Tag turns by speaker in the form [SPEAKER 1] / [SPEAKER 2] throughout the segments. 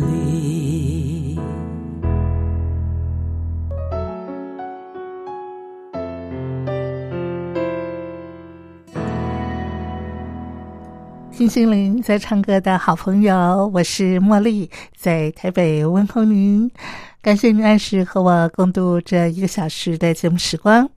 [SPEAKER 1] 离。
[SPEAKER 2] 听心灵在唱歌的好朋友，我是茉莉，在台北问候您。感谢您按时和我共度这一个小时的节目时光。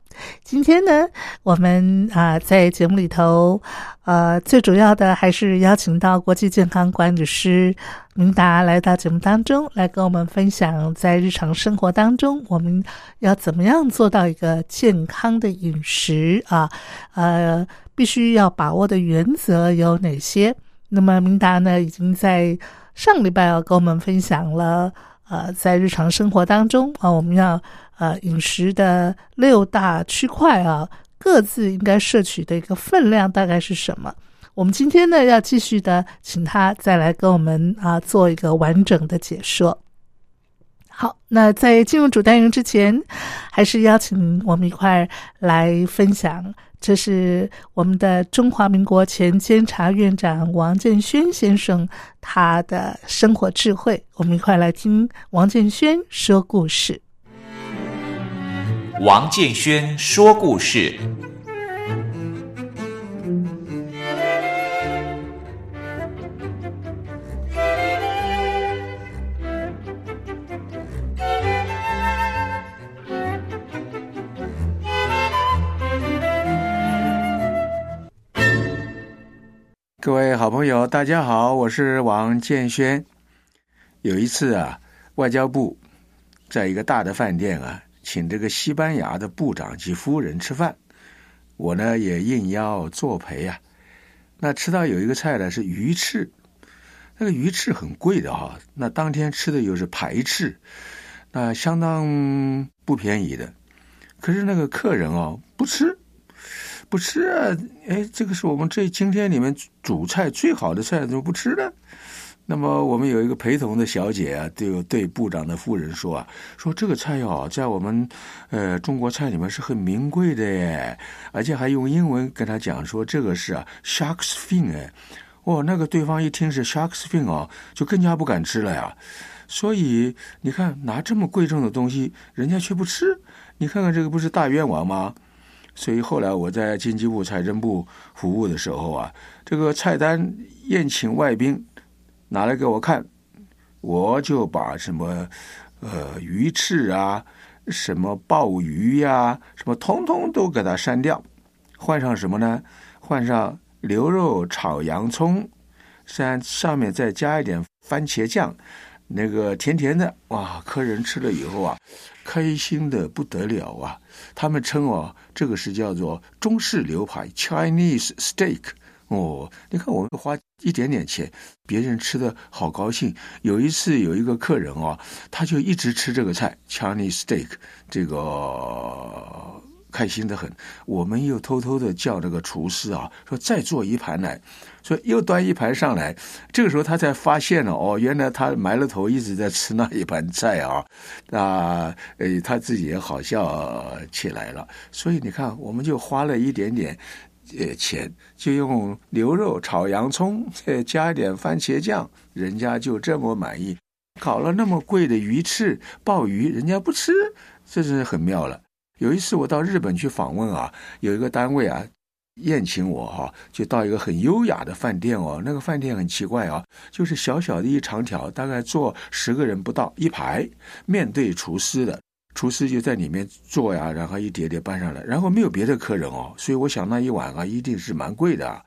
[SPEAKER 2] 今天呢，我们啊、在节目里头，呃，最主要的还是邀请到国际健康管理师明达来到节目当中，来跟我们分享在日常生活当中，我们要怎么样做到一个健康的饮食啊，呃，必须要把握的原则有哪些？那么明达呢，已经在上礼拜要跟我们分享了，呃，在日常生活当中啊，我们要呃饮食的六大区块啊，各自应该摄取的一个分量大概是什么？我们今天呢，要继续的请他再来跟我们啊做一个完整的解说。好，那在进入主单元之前，还是邀请我们一块儿来分享，这是我们的中华民国前监察院长王建轩先生他的生活智慧，我们一块儿来听王建轩说故事。
[SPEAKER 3] 王建轩说故事。
[SPEAKER 4] 各位好朋友，大家好，我是王建轩。有一次啊，外交部在一个大的饭店啊，请这个西班牙的部长及夫人吃饭，我呢也应邀作陪啊。那吃到有一个菜呢是鱼翅，那个鱼翅很贵的哈、那当天吃的又是排翅，那相当不便宜的。可是那个客人哦不吃，不吃啊！哎，这个是我们这今天里面主菜最好的菜，怎么不吃呢？那么我们有一个陪同的小姐啊，对对部长的夫人说啊，说这个菜哦，在我们呃中国菜里面是很名贵的耶，而且还用英文跟他讲说这个是啊 shark's fin 哎，哦，那个对方一听是 shark's fin 哦，就更加不敢吃了呀。所以你看，拿这么贵重的东西，人家却不吃，你看看这个不是大冤枉吗？所以后来我在经济部、财政部服务的时候啊，这个菜单宴请外宾拿来给我看，我就把什么呃鱼翅啊、什么鲍鱼呀、什么通通都给它删掉，换上什么呢？换上牛肉炒洋葱，上上面再加一点番茄酱，那个甜甜的，哇！客人吃了以后啊，开心的不得了啊！他们称哦，这个是叫做中式牛排 （Chinese steak）。哦，你看我们花一点点钱，别人吃的好高兴。有一次有一个客人哦，他就一直吃这个菜 （Chinese steak），这个呃开心的很。我们又偷偷的叫那个厨师啊，说再做一盘来，说又端一盘上来。这个时候他才发现了哦，原来他埋了头一直在吃那一盘菜啊。那呃，他自己也好笑起来了。所以你看，我们就花了一点点呃钱，就用牛肉炒洋葱， 再加一点番茄酱，人家就这么满意。搞了那么贵的鱼翅、鲍鱼，人家不吃，这是很妙了。有一次我到日本去访问啊，有一个单位啊宴请我哈、就到一个很优雅的饭店哦。那个饭店很奇怪啊，就是小小的一长条，大概坐十个人不到，一排面对厨师的。厨师就在里面做呀，然后一碟碟搬上来，然后没有别的客人哦，所以我想那一碗啊一定是蛮贵的啊。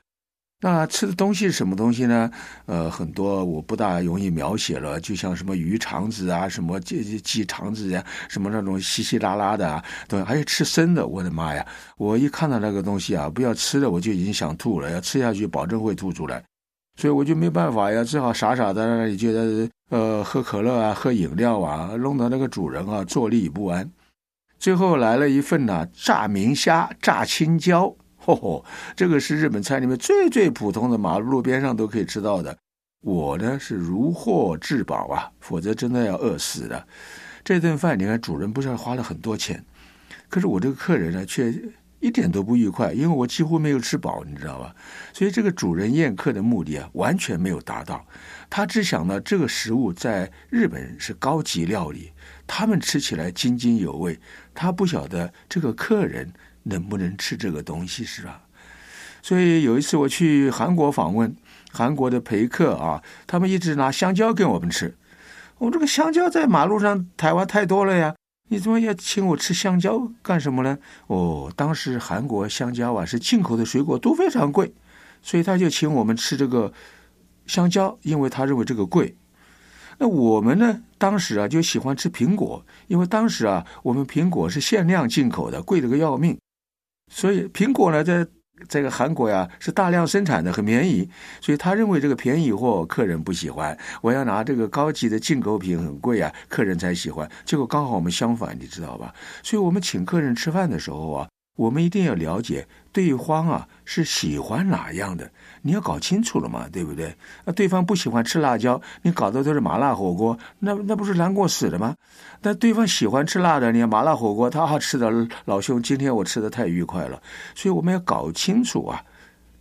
[SPEAKER 4] 那吃的东西是什么东西呢？呃，很多我不大容易描写了，就像什么鱼肠子啊，什么鸡鸡肠子呀、什么那种稀稀拉拉的啊，对，还有吃生的，我的妈呀！我一看到那个东西啊，不要吃的我就已经想吐了，要吃下去保证会吐出来，所以我就没办法呀，只好傻傻的那里觉得呃喝可乐啊，喝饮料啊，弄得那个主人啊坐立不安。最后来了一份呢、炸明虾、炸青椒， 吼吼，这个是日本菜里面最最普通的，马路路边上都可以吃到的。我呢是如获至宝啊，否则真的要饿死的。这顿饭你看，主人不是花了很多钱，可是我这个客人呢却一点都不愉快，因为我几乎没有吃饱，你知道吧？所以这个主人宴客的目的啊，完全没有达到。他只想到这个食物在日本是高级料理，他们吃起来津津有味，他不晓得这个客人能不能吃这个东西，是吧？所以有一次我去韩国访问，韩国的陪客啊，他们一直拿香蕉给我们吃。我这个香蕉在马路上台湾太多了呀，你怎么要请我吃香蕉干什么呢？哦，当时韩国香蕉啊是进口的水果，都非常贵，所以他就请我们吃这个香蕉，因为他认为这个贵。那我们呢？当时啊，就喜欢吃苹果，因为当时啊，我们苹果是限量进口的，贵得个要命。所以苹果呢，在这个韩国呀是大量生产的，很便宜。所以他认为这个便宜货客人不喜欢，我要拿这个高级的进口品很贵啊，客人才喜欢。结果刚好我们相反，你知道吧？所以我们请客人吃饭的时候啊，我们一定要了解对方啊是喜欢哪样的，你要搞清楚了嘛，对不对？那对方不喜欢吃辣椒，你搞的都是麻辣火锅，那那不是难过死了吗？那对方喜欢吃辣的，你看麻辣火锅，他啊吃的老兄，今天我吃的太愉快了，所以我们要搞清楚啊，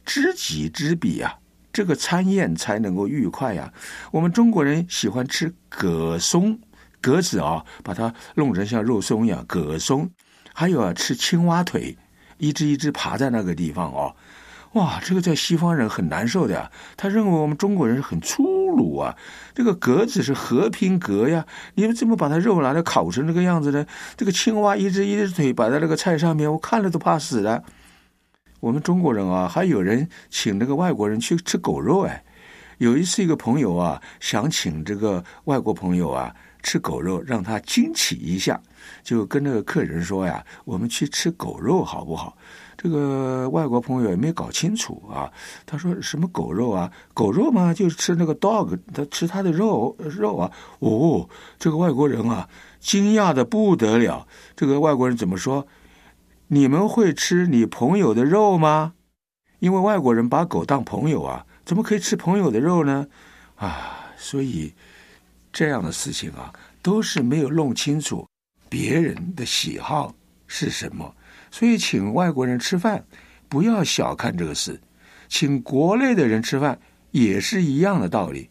[SPEAKER 4] 知己知彼啊，这个餐宴才能够愉快呀、我们中国人喜欢吃葛松，葛子啊，把它弄成像肉松一样，葛松。还有啊，吃青蛙腿，一只一只爬在那个地方哦。哇，这个在西方人很难受的、呀，他认为我们中国人很粗鲁啊。这个格子是和平格呀，你们怎么把它肉拿来烤成这个样子呢？这个青蛙一只一只腿摆在那个菜上面，我看了都怕死了。我们中国人啊，还有人请那个外国人去吃狗肉哎。有一次，一个朋友啊，想请这个外国朋友啊吃狗肉，让他惊奇一下，就跟那个客人说呀：“我们去吃狗肉好不好？”这个外国朋友也没搞清楚啊，他说什么狗肉啊？狗肉嘛，就是吃那个 dog，他吃他的肉肉啊。哦，这个外国人啊，惊讶的不得了。这个外国人怎么说？你们会吃你朋友的肉吗？因为外国人把狗当朋友啊，怎么可以吃朋友的肉呢？啊，所以这样的事情啊，都是没有弄清楚别人的喜好是什么。所以，请外国人吃饭，不要小看这个事；请国内的人吃饭也是一样的道理。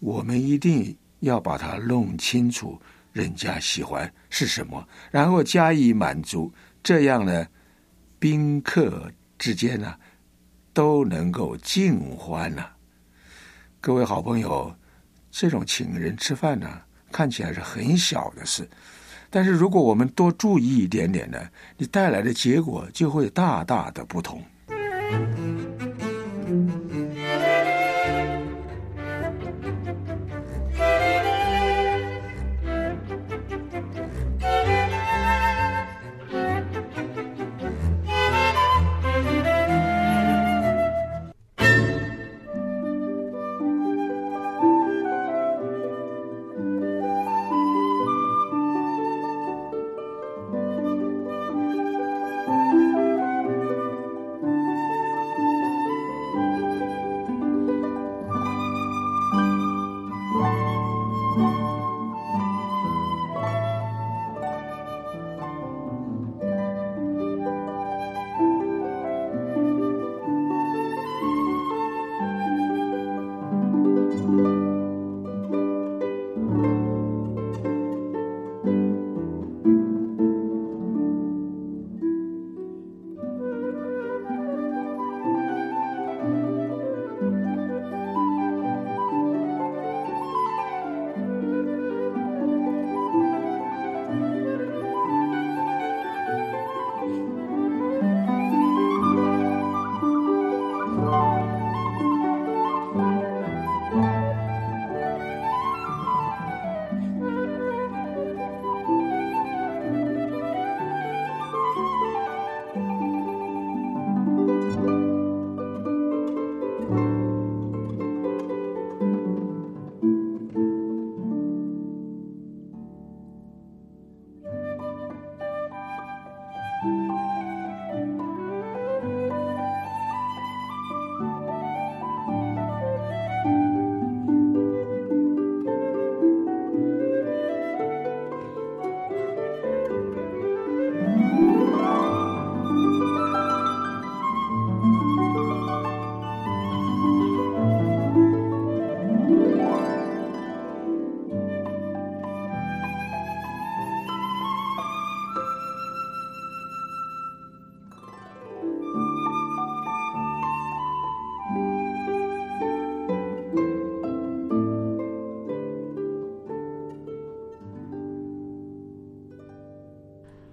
[SPEAKER 4] 我们一定要把它弄清楚，人家喜欢是什么，然后加以满足。这样呢，宾客之间呢、都能够尽欢呐、各位好朋友，这种请人吃饭呢，看起来是很小的事，但是如果我们多注意一点点呢，你带来的结果就会大大的不同。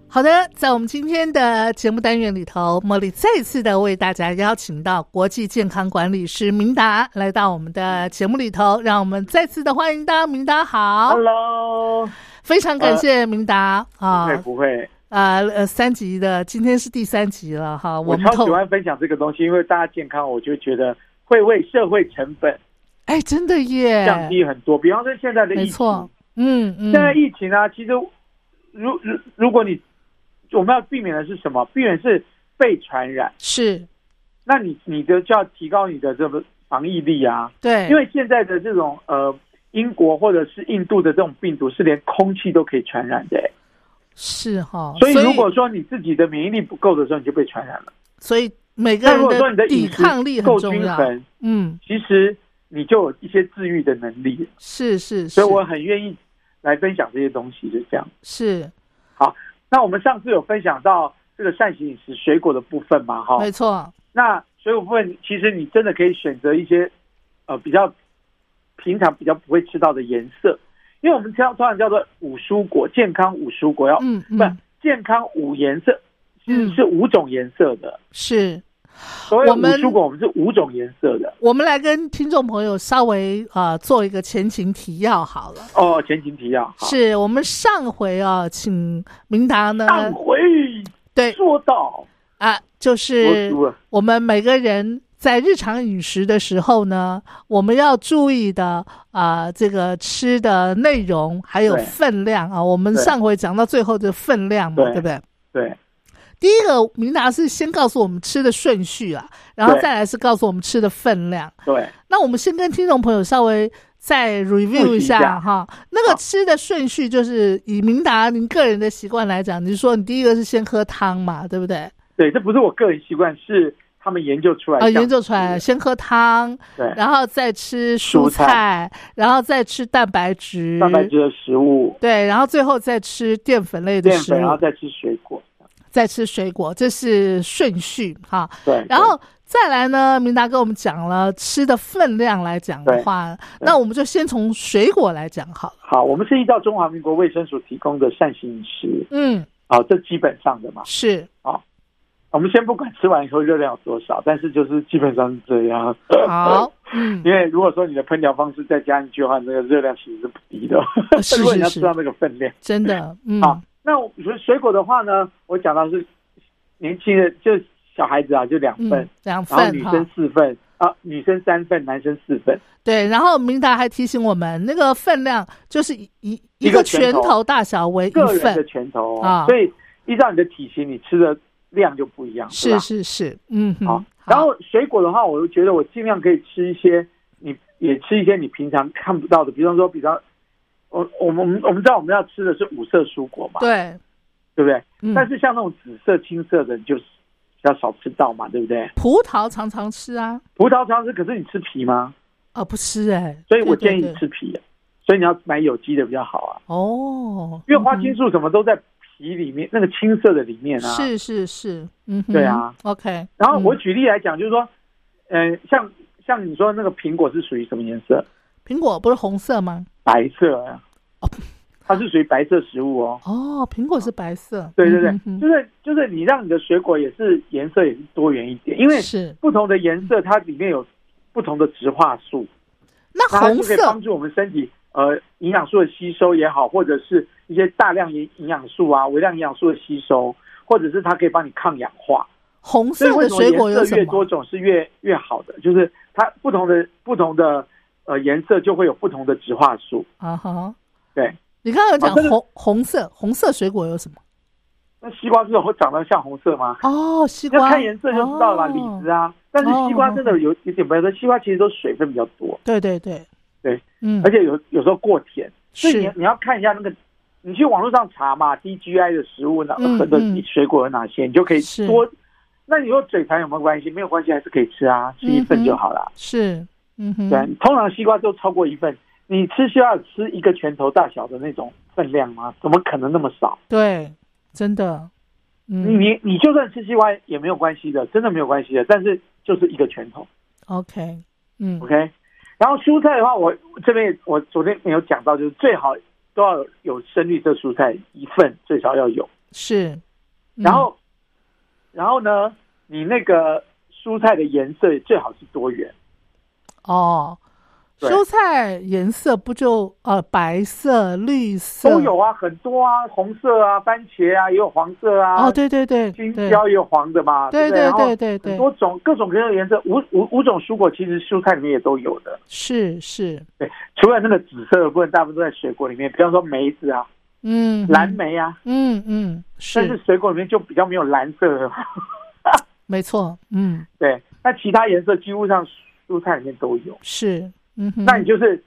[SPEAKER 2] 好的，在我们今天的节目单元里头，茉莉再次的为大家邀请到国际健康管理师明达来到我们的节目里头，让我们再次的欢迎他，明达好，
[SPEAKER 5] Hello，
[SPEAKER 2] 非常感谢明达
[SPEAKER 5] 不
[SPEAKER 2] 啊
[SPEAKER 5] 会，不会，
[SPEAKER 2] 啊呃三级的，今天是第三集了哈，
[SPEAKER 5] 我
[SPEAKER 2] 们
[SPEAKER 5] 超
[SPEAKER 2] 透
[SPEAKER 5] 喜欢分享这个东西，因为大家健康，我就觉得会为社会成本
[SPEAKER 2] 哎真的耶，
[SPEAKER 5] 降低很多。比方说现在的疫
[SPEAKER 2] 没
[SPEAKER 5] 情，
[SPEAKER 2] 错，嗯嗯，
[SPEAKER 5] 现在疫情啊，其实如如如果你我们要避免的是什么？避免是被传染，
[SPEAKER 2] 是
[SPEAKER 5] 那你你的就要提高你的这个防疫力啊，
[SPEAKER 2] 对，
[SPEAKER 5] 因为现在的这种呃。英国或者是印度的这种病毒是连空气都可以传染的、
[SPEAKER 2] 是哈，
[SPEAKER 5] 所以如果说你自己的免疫力不够的时候，你就被传染了。
[SPEAKER 2] 所以每个
[SPEAKER 5] 那如
[SPEAKER 2] 人
[SPEAKER 5] 果说你的
[SPEAKER 2] 抵
[SPEAKER 5] 饮食
[SPEAKER 2] 抗力很
[SPEAKER 5] 够
[SPEAKER 2] 重
[SPEAKER 5] 均
[SPEAKER 2] 要，
[SPEAKER 5] 衡，
[SPEAKER 2] 嗯，
[SPEAKER 5] 其实你就有一些治愈的能力，
[SPEAKER 2] 是是是
[SPEAKER 5] 所以我很愿意来分享这些东西，就这样。
[SPEAKER 2] 是
[SPEAKER 5] 那我们上次有分享到这个膳食饮食水果的部分嘛，哈，
[SPEAKER 2] 没错，
[SPEAKER 5] 那水果部分其实你真的可以选择一些呃比较平常比较不会吃到的颜色，因为我们叫通常叫做五蔬果，健康五蔬果要、
[SPEAKER 2] 嗯
[SPEAKER 5] 不
[SPEAKER 2] 嗯
[SPEAKER 5] 健康五颜色，其实
[SPEAKER 2] 嗯
[SPEAKER 5] 是五种颜色的。
[SPEAKER 2] 是。
[SPEAKER 5] 所谓
[SPEAKER 2] 我
[SPEAKER 5] 五
[SPEAKER 2] 们
[SPEAKER 5] 蔬果，我们是五种颜色的
[SPEAKER 2] 我们来跟听众朋友稍微呃做一个前情提要好了。
[SPEAKER 5] 哦。前情提要，好
[SPEAKER 2] 是我们上回啊，请明达呢，
[SPEAKER 5] 上回
[SPEAKER 2] 呃对
[SPEAKER 5] 说到。
[SPEAKER 2] 啊，就是
[SPEAKER 5] 我输了
[SPEAKER 2] 我们每个人在日常饮食的时候呢，我们要注意的啊、这个吃的内容还有
[SPEAKER 5] 对
[SPEAKER 2] 分量啊。我们
[SPEAKER 5] 对
[SPEAKER 2] 上回讲到最后的分量嘛，对
[SPEAKER 5] 对
[SPEAKER 2] 不对？
[SPEAKER 5] 对，
[SPEAKER 2] 第一个，明达是先告诉我们吃的顺序啊，然后
[SPEAKER 5] 对
[SPEAKER 2] 再来是告诉我们吃的分量。
[SPEAKER 5] 对，
[SPEAKER 2] 那我们先跟听众朋友稍微再 review
[SPEAKER 5] 复习
[SPEAKER 2] 一
[SPEAKER 5] 一下
[SPEAKER 2] 下哈，那个
[SPEAKER 5] 好
[SPEAKER 2] 吃的顺序就是以明达您个人的习惯来讲，你说你第一个是先喝汤嘛，对不对？
[SPEAKER 5] 对，这不是我个人习惯，是他们研究出来
[SPEAKER 2] 啊，
[SPEAKER 5] 这样
[SPEAKER 2] 研究出来
[SPEAKER 5] 子
[SPEAKER 2] 先喝汤，
[SPEAKER 5] 的 对
[SPEAKER 2] 然后再吃蔬
[SPEAKER 5] 蔬菜
[SPEAKER 2] 菜，然后再吃蛋白质，
[SPEAKER 5] 蛋白质的食物、
[SPEAKER 2] 对，然后最后再吃淀粉类的
[SPEAKER 5] 淀
[SPEAKER 2] 嗯食
[SPEAKER 5] 粉，然后
[SPEAKER 2] 物，
[SPEAKER 5] 再吃水果。
[SPEAKER 2] 再吃水果，这是顺序哈。
[SPEAKER 5] 对，
[SPEAKER 2] 然后再来呢，明达跟我们讲了吃的分量来讲的
[SPEAKER 5] 对
[SPEAKER 2] 话，
[SPEAKER 5] 对
[SPEAKER 2] 那我们就先从水果来讲好了
[SPEAKER 5] 对。好，我们是依照中华民国卫生署提供的膳食饮食，
[SPEAKER 2] 嗯，
[SPEAKER 5] 好，这基本上的嘛。
[SPEAKER 2] 是
[SPEAKER 5] 我们先不管吃完以后热量有多少，但是就是基本上是这样。
[SPEAKER 2] 好，嗯，
[SPEAKER 5] 因为如果说你的烹调方式再加进去的话，那个热量其实是不低的。
[SPEAKER 2] 哦是
[SPEAKER 5] 如果你要
[SPEAKER 2] 是
[SPEAKER 5] 吃到那个分量。
[SPEAKER 2] 真的，嗯，
[SPEAKER 5] 好，那我说水果的话呢，我讲到是年轻人，就小孩子啊，就两份
[SPEAKER 2] 嗯，，两
[SPEAKER 5] 然后
[SPEAKER 2] 份
[SPEAKER 5] 女
[SPEAKER 2] 哈，
[SPEAKER 5] 生四份啊，女生三份，男生四份，
[SPEAKER 2] 对。然后明达还提醒我们，那个分量就是以以一
[SPEAKER 5] 一个
[SPEAKER 2] 个
[SPEAKER 5] 拳
[SPEAKER 2] 拳
[SPEAKER 5] 头
[SPEAKER 2] 头大小为
[SPEAKER 5] 个
[SPEAKER 2] 一
[SPEAKER 5] 人的
[SPEAKER 2] 份，
[SPEAKER 5] 拳头、哦
[SPEAKER 2] 啊
[SPEAKER 5] 所以依照你的体型，你吃的量就不一样，
[SPEAKER 2] 是
[SPEAKER 5] 吧？
[SPEAKER 2] 是是，嗯哼，
[SPEAKER 5] 好
[SPEAKER 2] 好，，
[SPEAKER 5] 然后水果的话，我就觉得我尽量可以吃一些，你也吃一些你平常看不到的，比方说，比方我我们我们我们知道我们要吃的是五色蔬果嘛，
[SPEAKER 2] 对，
[SPEAKER 5] 对不对？
[SPEAKER 2] 嗯，
[SPEAKER 5] 但是像那种紫色、青色的，你就比较少吃到嘛，对不对？
[SPEAKER 2] 葡萄常常吃啊，
[SPEAKER 5] 葡萄常吃，可是你吃皮吗？
[SPEAKER 2] 啊不吃哎，
[SPEAKER 5] 所以
[SPEAKER 2] 对
[SPEAKER 5] 我
[SPEAKER 2] 对
[SPEAKER 5] 建议你
[SPEAKER 2] 对
[SPEAKER 5] 吃皮的，啊所以你要买有机的比较好啊。
[SPEAKER 2] 哦，
[SPEAKER 5] 因为花
[SPEAKER 2] 嗯哼
[SPEAKER 5] 青素什么都在皮里面，那个青色的里面啊。。
[SPEAKER 2] 嗯是是是，嗯哼，
[SPEAKER 5] 对啊
[SPEAKER 2] ，OK。
[SPEAKER 5] 然后我
[SPEAKER 2] 嗯
[SPEAKER 5] 举例来讲，就是说，呃，像像你说那个苹果是属于什么颜色？
[SPEAKER 2] 苹果不是红色吗？
[SPEAKER 5] 白色啊。它是属于白色食物哦。
[SPEAKER 2] 哦，苹果是白色，
[SPEAKER 5] 对对
[SPEAKER 2] 嗯哼
[SPEAKER 5] 对，就是就是你让你的水果也是颜色也是多元一点，因为
[SPEAKER 2] 是
[SPEAKER 5] 不同的颜色它里面有不同的植化素，
[SPEAKER 2] 那
[SPEAKER 5] 那它
[SPEAKER 2] 红
[SPEAKER 5] 就可以
[SPEAKER 2] 色
[SPEAKER 5] 帮助我们身体呃营养素的吸收也好，或者是一些大量营营养素啊、微量营养素的吸收，或者是它可以帮你抗氧化。
[SPEAKER 2] 红
[SPEAKER 5] 所以
[SPEAKER 2] 色
[SPEAKER 5] 为
[SPEAKER 2] 的
[SPEAKER 5] 什么
[SPEAKER 2] 水果有
[SPEAKER 5] 颜
[SPEAKER 2] 什
[SPEAKER 5] 色越多
[SPEAKER 2] 么？
[SPEAKER 5] 种是越越好的？就是它不同的不同的呃颜色就会有不同的植化素。
[SPEAKER 2] 啊哈，
[SPEAKER 5] 对，
[SPEAKER 2] 你刚刚有讲
[SPEAKER 5] 哦这个
[SPEAKER 2] 红红色，红色水果有什么？
[SPEAKER 5] 那西瓜是会长得像红色吗？
[SPEAKER 2] 哦，西
[SPEAKER 5] 要
[SPEAKER 2] 瓜，
[SPEAKER 5] 看颜色就知道了，
[SPEAKER 2] 哦
[SPEAKER 5] 李子啊。但是西瓜真的有有点不太说，西瓜其实都水分比较多，
[SPEAKER 2] 对对对
[SPEAKER 5] 对，
[SPEAKER 2] 嗯，
[SPEAKER 5] 而且有有时候过甜，所以你
[SPEAKER 2] 是
[SPEAKER 5] 你要看一下那个，你去网络上查嘛，DGI 的食物哪
[SPEAKER 2] 嗯
[SPEAKER 5] 和的
[SPEAKER 2] 嗯
[SPEAKER 5] 水果有哪些，你就可以
[SPEAKER 2] 是
[SPEAKER 5] 多。那你说嘴馋有没有关系？没有关系，还是可以吃啊，吃一份就好了。
[SPEAKER 2] 是，嗯哼，
[SPEAKER 5] 对，啊通常西瓜都超过一份，你吃西瓜吃一个拳头大小的那种分量吗？怎么可能那么少？
[SPEAKER 2] 对，真的，嗯
[SPEAKER 5] 你你就算吃西瓜也没有关系的，真的没有关系的。但是就是一个拳头。
[SPEAKER 2] ，OK，嗯
[SPEAKER 5] OK，然后蔬菜的话，我这边也我昨天没有讲到，就是最好都要有深绿色蔬菜一份，最少要有。
[SPEAKER 2] 是，嗯
[SPEAKER 5] 然后，然后呢，你那个蔬菜的颜色最好是多元，
[SPEAKER 2] 嗯哦，
[SPEAKER 5] 对
[SPEAKER 2] 蔬菜颜色不就呃白色、绿色
[SPEAKER 5] 都有啊，很多啊，红色啊，番茄啊，也有黄色啊，
[SPEAKER 2] 哦，，对对对，
[SPEAKER 5] 青
[SPEAKER 2] 对
[SPEAKER 5] 椒也有黄的嘛，
[SPEAKER 2] 对
[SPEAKER 5] 不对
[SPEAKER 2] 对
[SPEAKER 5] 然后
[SPEAKER 2] 对对对
[SPEAKER 5] 很多种各种各样的颜色，五五五种蔬果其实蔬菜里面也都有的，
[SPEAKER 2] 是是，
[SPEAKER 5] 对，除了那个紫色的部分，大部分都在水果里面，比方说梅子啊、
[SPEAKER 2] 嗯，
[SPEAKER 5] 蓝，莓啊，
[SPEAKER 2] 嗯嗯，
[SPEAKER 5] 但是
[SPEAKER 2] 是
[SPEAKER 5] 水果里面就比较没有蓝色的，
[SPEAKER 2] 没错，嗯
[SPEAKER 5] 对，那其他颜色几乎上蔬菜里面都有。
[SPEAKER 2] 是，嗯哼，
[SPEAKER 5] 那你就是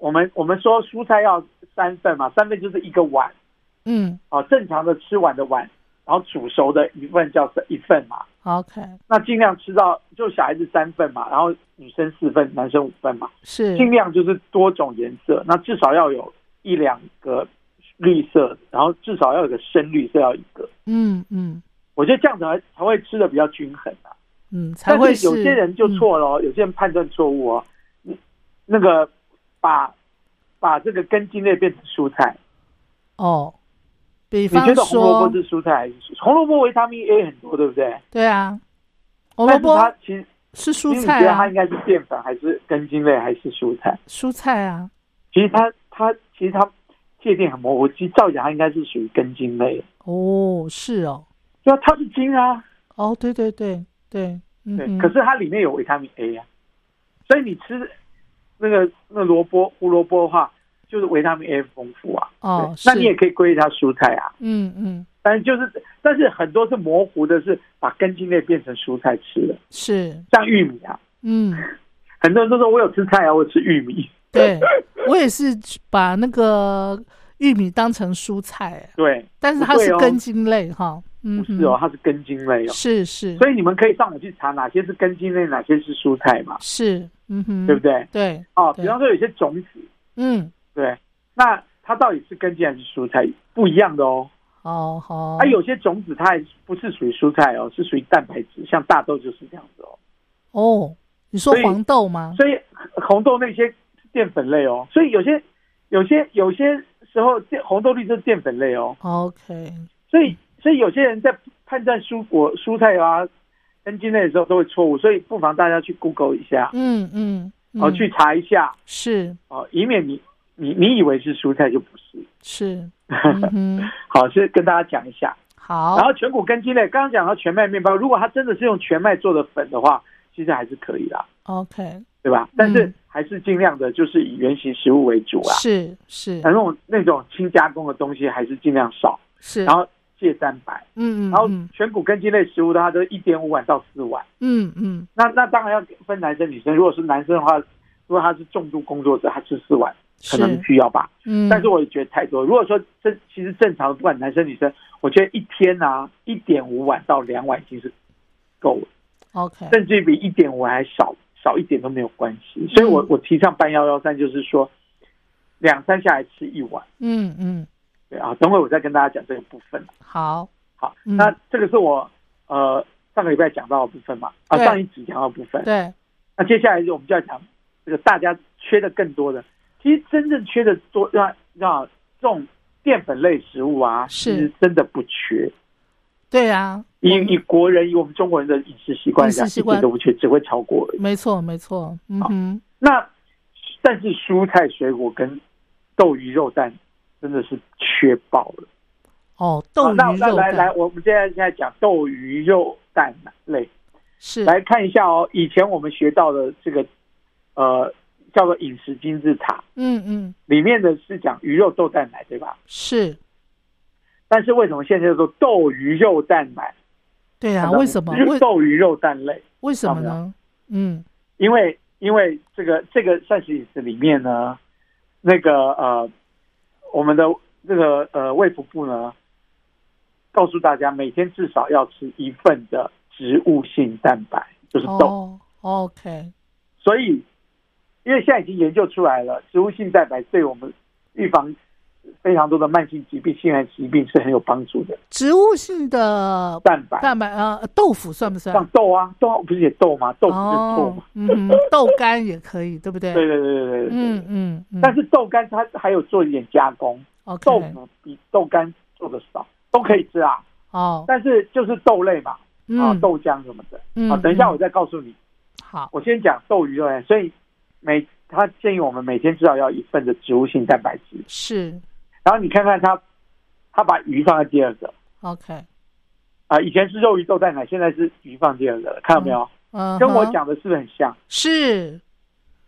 [SPEAKER 5] 我们我们说蔬菜要三份嘛，三份就是一个碗
[SPEAKER 2] 嗯
[SPEAKER 5] 啊，正常的吃完的碗，然后煮熟的一份叫一份嘛。
[SPEAKER 2] ，OK，
[SPEAKER 5] 那尽量吃到就小孩子三份嘛，然后女生四份，男生五份嘛，
[SPEAKER 2] 是
[SPEAKER 5] 尽量就是多种颜色，那至少要有一两个绿色，然后至少要有个深绿色要一个，
[SPEAKER 2] 嗯嗯
[SPEAKER 5] 我觉得这样才才会吃的比较均衡啊。
[SPEAKER 2] 嗯，才
[SPEAKER 5] 但
[SPEAKER 2] 会嗯
[SPEAKER 5] 是有些人就，错了、哦，有些人判断错误哦。嗯那个把把这个根茎类变成蔬菜，
[SPEAKER 2] 嗯哦，比
[SPEAKER 5] 你觉
[SPEAKER 2] 方
[SPEAKER 5] 得红萝
[SPEAKER 2] 说
[SPEAKER 5] 卜，是蔬菜还是蔬？红萝卜维他命 A 很多，对不对？
[SPEAKER 2] 对啊，胡
[SPEAKER 5] 红
[SPEAKER 2] 萝卜
[SPEAKER 5] 它其实
[SPEAKER 2] 是
[SPEAKER 5] 其实
[SPEAKER 2] 蔬
[SPEAKER 5] 你觉
[SPEAKER 2] 菜
[SPEAKER 5] 得它
[SPEAKER 2] 啊
[SPEAKER 5] 应，该是淀粉还是根茎类还是蔬菜？
[SPEAKER 2] 蔬菜啊，
[SPEAKER 5] 其实它它其实它界定很模糊，其实照讲它应该是属于根茎类。
[SPEAKER 2] 哦，是哦，
[SPEAKER 5] 对啊，它是茎啊，
[SPEAKER 2] 哦，对对对对，嗯
[SPEAKER 5] 对，
[SPEAKER 2] 哼，
[SPEAKER 5] 可是它里面有维他命 A 啊，所以你吃那个那萝卜胡萝卜的话，就是维他命 A 丰富啊。
[SPEAKER 2] 哦
[SPEAKER 5] 对，那你
[SPEAKER 2] 是
[SPEAKER 5] 也可以归类它蔬菜啊。
[SPEAKER 2] 嗯嗯
[SPEAKER 5] 但是就是，但是很多是模糊的，是把根茎类变成蔬菜吃了，
[SPEAKER 2] 是，
[SPEAKER 5] 像玉米啊，
[SPEAKER 2] 嗯。
[SPEAKER 5] 很多人都说我有吃菜啊，我有吃玉米。
[SPEAKER 2] 对我也是把那个玉米当成蔬菜，
[SPEAKER 5] 对，
[SPEAKER 2] 但是它
[SPEAKER 5] 不对
[SPEAKER 2] 是
[SPEAKER 5] 哦
[SPEAKER 2] 根茎类哈，嗯
[SPEAKER 5] 不
[SPEAKER 2] 哼，
[SPEAKER 5] 是哦，它是根茎类哦。
[SPEAKER 2] 是是
[SPEAKER 5] 所以你们可以上网去查哪些是根茎类，哪些是蔬菜嘛，
[SPEAKER 2] 是，嗯哼，
[SPEAKER 5] 对不？对？
[SPEAKER 2] 对，
[SPEAKER 5] 哦，比方说有些种子，
[SPEAKER 2] 嗯，
[SPEAKER 5] 对，那它到底是根茎还是蔬菜，不一样的哦。
[SPEAKER 2] 哦好，
[SPEAKER 5] 啊，有些种子它还不是属于蔬菜哦，是属于蛋白质，像大豆就是这样子哦。
[SPEAKER 2] 哦，你说
[SPEAKER 5] 所以
[SPEAKER 2] 黄豆吗？
[SPEAKER 5] 所以红豆那些是淀粉类哦，所以有些有些有些时候淀红豆绿就是淀粉类哦，
[SPEAKER 2] OK，
[SPEAKER 5] 所以所以有些人在判断蔬果蔬菜啊根茎类的时候都会错误，所以不妨大家去 Google 一下，
[SPEAKER 2] 嗯嗯，
[SPEAKER 5] 哦、
[SPEAKER 2] 嗯
[SPEAKER 5] 去查一下
[SPEAKER 2] 是
[SPEAKER 5] 哦，以免你你你以为是蔬菜就不是。
[SPEAKER 2] 是，嗯哼，
[SPEAKER 5] 好，是跟大家讲一下。
[SPEAKER 2] 好
[SPEAKER 5] 然，后全谷根茎类，刚刚讲到全麦面包，如果它真的是用全麦做的粉的话，其实还是可以啦，
[SPEAKER 2] OK，
[SPEAKER 5] 对吧？但是
[SPEAKER 2] 嗯
[SPEAKER 5] 还是尽量的，就是以原型食物为主啊。
[SPEAKER 2] 是是
[SPEAKER 5] 那种那种轻加工的东西还是尽量少，
[SPEAKER 2] 是，
[SPEAKER 5] 然后戒蛋白，
[SPEAKER 2] 嗯嗯
[SPEAKER 5] 然后
[SPEAKER 2] 嗯
[SPEAKER 5] 全谷根茎类食物的话都一点五碗到四碗。
[SPEAKER 2] 嗯嗯
[SPEAKER 5] 那那当然要分男生女生，如果是男生的话，如果他是重度工作者，他吃四碗可
[SPEAKER 2] 是，
[SPEAKER 5] 能需要吧。
[SPEAKER 2] 嗯，
[SPEAKER 5] 但是我也觉得太多。如果说这其实正常的，不管男生女生，我觉得一天啊一点五碗到两碗已经是够了，
[SPEAKER 2] OK，
[SPEAKER 5] 甚至于比一点五还少少一点都没有关系。所以我
[SPEAKER 2] 嗯
[SPEAKER 5] 我提倡半幺幺三，就是说两三下来吃一碗。
[SPEAKER 2] 嗯嗯，
[SPEAKER 5] 对啊，等会我再跟大家讲这个部分。
[SPEAKER 2] 好，
[SPEAKER 5] 好，
[SPEAKER 2] 嗯
[SPEAKER 5] 那这个是我呃上个礼拜讲到的部分嘛，啊
[SPEAKER 2] 对
[SPEAKER 5] 上一集讲到的部分。
[SPEAKER 2] 对，
[SPEAKER 5] 那接下来我们就要讲这个大家缺的更多的，其实真正缺的多，让让这种淀粉类食物啊，
[SPEAKER 2] 是
[SPEAKER 5] 其实真的不缺。
[SPEAKER 2] 对啊，
[SPEAKER 5] 以
[SPEAKER 2] 我们
[SPEAKER 5] 以国人以我们中国人的饮食习惯来讲，
[SPEAKER 2] 饮食习
[SPEAKER 5] 一
[SPEAKER 2] 惯
[SPEAKER 5] 点都不缺，只会超过而已。
[SPEAKER 2] 没错，没错，嗯哼，
[SPEAKER 5] 那但是蔬菜水果跟豆鱼肉蛋真的是缺爆了。
[SPEAKER 2] 哦，豆
[SPEAKER 5] 好
[SPEAKER 2] 鱼
[SPEAKER 5] 啊那那
[SPEAKER 2] 肉
[SPEAKER 5] 来来，
[SPEAKER 2] 蛋
[SPEAKER 5] 我们现在现在讲豆鱼肉蛋类，
[SPEAKER 2] 是
[SPEAKER 5] 来看一下哦。以前我们学到的这个呃叫做饮食金字塔，
[SPEAKER 2] 嗯嗯
[SPEAKER 5] 里面的是讲鱼肉豆蛋奶，对吧？
[SPEAKER 2] 是，
[SPEAKER 5] 但是为什么现在叫做豆鱼肉蛋奶？
[SPEAKER 2] 对啊，
[SPEAKER 5] 看
[SPEAKER 2] 为
[SPEAKER 5] 到没
[SPEAKER 2] 什么
[SPEAKER 5] 就是
[SPEAKER 2] 为
[SPEAKER 5] 豆鱼肉蛋类？
[SPEAKER 2] 为什么
[SPEAKER 5] 看不
[SPEAKER 2] 呢？嗯，
[SPEAKER 5] 因为因为这个这个膳食饮食里面呢，那个呃，我们的这个呃卫福部呢，告诉大家每天至少要吃一份的植物性蛋白，就是豆。
[SPEAKER 2] 哦，OK，
[SPEAKER 5] 所以，因为现在已经研究出来了，植物性蛋白对我们预防非常多的慢性疾病、心源疾病是很有帮助的。
[SPEAKER 2] 植物性的
[SPEAKER 5] 蛋白，
[SPEAKER 2] 蛋白呃豆腐算不算？
[SPEAKER 5] 像豆啊，豆啊不是也豆吗？豆不是豆
[SPEAKER 2] 哦
[SPEAKER 5] 吗？，
[SPEAKER 2] 嗯哼，豆干也可以，对不对？
[SPEAKER 5] 对对对对对对。
[SPEAKER 2] 嗯嗯嗯，
[SPEAKER 5] 但是豆干它还有做一点加工，
[SPEAKER 2] OK，
[SPEAKER 5] 豆腐比豆干做的少，都可以吃啊，
[SPEAKER 2] 哦，
[SPEAKER 5] 但是就是豆类嘛，啊，
[SPEAKER 2] 嗯
[SPEAKER 5] 豆浆什么的。
[SPEAKER 2] 嗯
[SPEAKER 5] 啊，等一下
[SPEAKER 2] 嗯
[SPEAKER 5] 我再告诉你。
[SPEAKER 2] 好，
[SPEAKER 5] 我先讲豆鱼肉类，所以每他建议我们每天至少要一份的植物性蛋白质。
[SPEAKER 2] 是
[SPEAKER 5] 然后你看看他，他把鱼放在第二个
[SPEAKER 2] OK，
[SPEAKER 5] 啊、以前是肉鱼豆蛋奶，现在是鱼放第二个了，看到没有？
[SPEAKER 2] 嗯，
[SPEAKER 5] 跟我，讲的是不是很像？
[SPEAKER 2] 是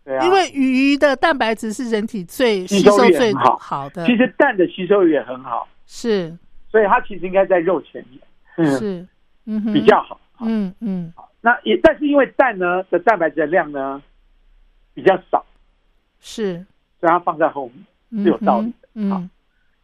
[SPEAKER 5] 对啊，
[SPEAKER 2] 因为鱼的蛋白质是人体最
[SPEAKER 5] 吸
[SPEAKER 2] 吸
[SPEAKER 5] 收
[SPEAKER 2] 收
[SPEAKER 5] 力
[SPEAKER 2] 最
[SPEAKER 5] 很好
[SPEAKER 2] 好的，
[SPEAKER 5] 其实蛋的吸收也很好，
[SPEAKER 2] 是
[SPEAKER 5] 所以它其实应该在肉前面，嗯，
[SPEAKER 2] 是，嗯哼，
[SPEAKER 5] 比较好。
[SPEAKER 2] 嗯嗯
[SPEAKER 5] 那也但是因为蛋呢的蛋白质的量呢比较少，
[SPEAKER 2] 是，
[SPEAKER 5] 所以它放在后面。
[SPEAKER 2] 是
[SPEAKER 5] 有道理的好
[SPEAKER 2] 嗯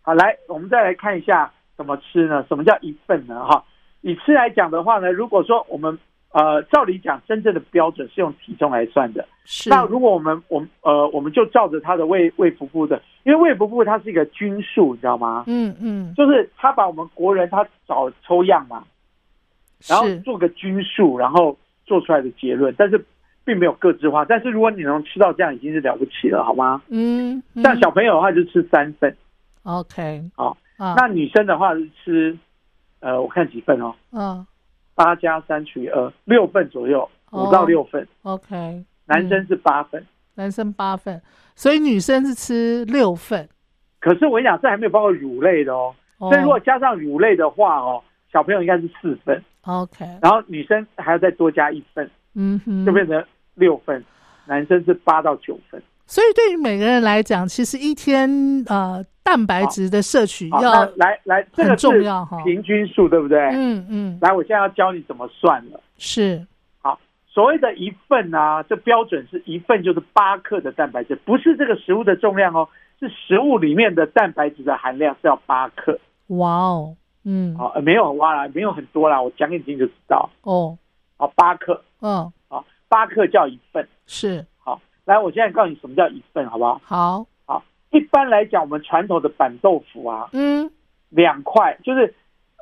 [SPEAKER 5] 好，来，我们再来看一下怎么吃呢？什么叫一份呢？哈，以吃来讲的话呢，如果说我们呃，照理讲，真正的标准是用体重来算的。
[SPEAKER 2] 是，
[SPEAKER 5] 那如果我们我们呃，我们就照着它的胃胃腹部的，因为胃腹部它是一个均数，你知道吗？
[SPEAKER 2] 嗯嗯
[SPEAKER 5] 就是他把我们国人他找抽样嘛，然后
[SPEAKER 2] 是嗯
[SPEAKER 5] 做个均数，然后做出来的结论，但是并没有个制化。但是如果你能吃到这样，已经是了不起了，好吗？
[SPEAKER 2] 嗯，
[SPEAKER 5] 像
[SPEAKER 2] 嗯
[SPEAKER 5] 小朋友的话就吃三份，
[SPEAKER 2] OK
[SPEAKER 5] 好
[SPEAKER 2] 啊，
[SPEAKER 5] 那女生的话是吃，呃，我看几份哦，
[SPEAKER 2] 嗯
[SPEAKER 5] 八加三除以二，六份左右，
[SPEAKER 2] 哦
[SPEAKER 5] 五到六份。
[SPEAKER 2] OK，
[SPEAKER 5] 男生是八份，
[SPEAKER 2] 男生八份，所以女生是吃六份。
[SPEAKER 5] 可是我跟你讲，这还没有包括乳类的哦。
[SPEAKER 2] 哦
[SPEAKER 5] 所以如果加上乳类的话哦，小朋友应该是四份，
[SPEAKER 2] OK，
[SPEAKER 5] 然后女生还要再多加一份，
[SPEAKER 2] 嗯哼，
[SPEAKER 5] 就变成六份，男生是八到九份。
[SPEAKER 2] 所以对于每个人来讲，其实一天呃蛋白质的摄取
[SPEAKER 5] 好，那
[SPEAKER 2] 要
[SPEAKER 5] 来来，这
[SPEAKER 2] 很
[SPEAKER 5] 个
[SPEAKER 2] 重
[SPEAKER 5] 是
[SPEAKER 2] 要哈
[SPEAKER 5] 平均数，对不对？
[SPEAKER 2] 嗯嗯
[SPEAKER 5] 来，我现在要教你怎么算了。
[SPEAKER 2] 是
[SPEAKER 5] 所谓的一份啊，这标准是一份就是八克的蛋白质，不是这个食物的重量哦，是食物里面的蛋白质的含量是要八克。
[SPEAKER 2] 哇哦嗯
[SPEAKER 5] 好、呃没有哇啦，没有很多啦，我讲给你听就知道。
[SPEAKER 2] 哦
[SPEAKER 5] 好，八克，
[SPEAKER 2] 嗯
[SPEAKER 5] 好，八克叫一份。
[SPEAKER 2] 是
[SPEAKER 5] 好，来，我现在告诉你什么叫一份，好不好？
[SPEAKER 2] 好
[SPEAKER 5] 好，一般来讲，我们传统的板豆腐啊，
[SPEAKER 2] 嗯
[SPEAKER 5] 两块就是，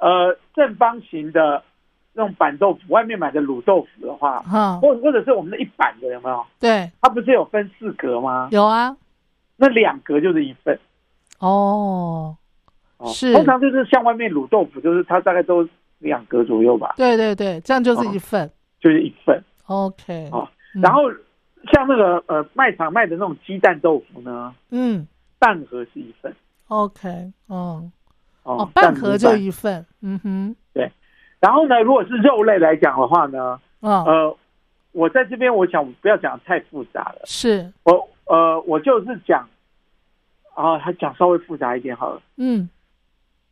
[SPEAKER 5] 呃，正方形的那种板豆腐，外面买的卤豆腐的话，
[SPEAKER 2] 哈
[SPEAKER 5] 或或者是我们的一板的有没有？
[SPEAKER 2] 对
[SPEAKER 5] 它不是有分四格吗？
[SPEAKER 2] 有啊
[SPEAKER 5] 那两格就是一份。
[SPEAKER 2] 哦
[SPEAKER 5] 哦
[SPEAKER 2] 是
[SPEAKER 5] 通常就是像外面卤豆腐，就是它大概都两格左右吧，
[SPEAKER 2] 对对对，这样就是
[SPEAKER 5] 哦
[SPEAKER 2] 一份、
[SPEAKER 5] 就是一份。
[SPEAKER 2] OK
[SPEAKER 5] 哦
[SPEAKER 2] 嗯
[SPEAKER 5] 然后像那个呃卖场卖的那种鸡蛋豆腐呢，
[SPEAKER 2] 嗯
[SPEAKER 5] 半盒是一份
[SPEAKER 2] OK 嗯
[SPEAKER 5] 哦
[SPEAKER 2] 哦半盒就
[SPEAKER 5] 蛋
[SPEAKER 2] 一份嗯哼
[SPEAKER 5] 然后呢，如果是肉类来讲的话呢，
[SPEAKER 2] 嗯、
[SPEAKER 5] 呃，我在这边我想不要讲得太复杂了，
[SPEAKER 2] 是
[SPEAKER 5] 我呃我就是讲啊，还讲稍微复杂一点好了，
[SPEAKER 2] 嗯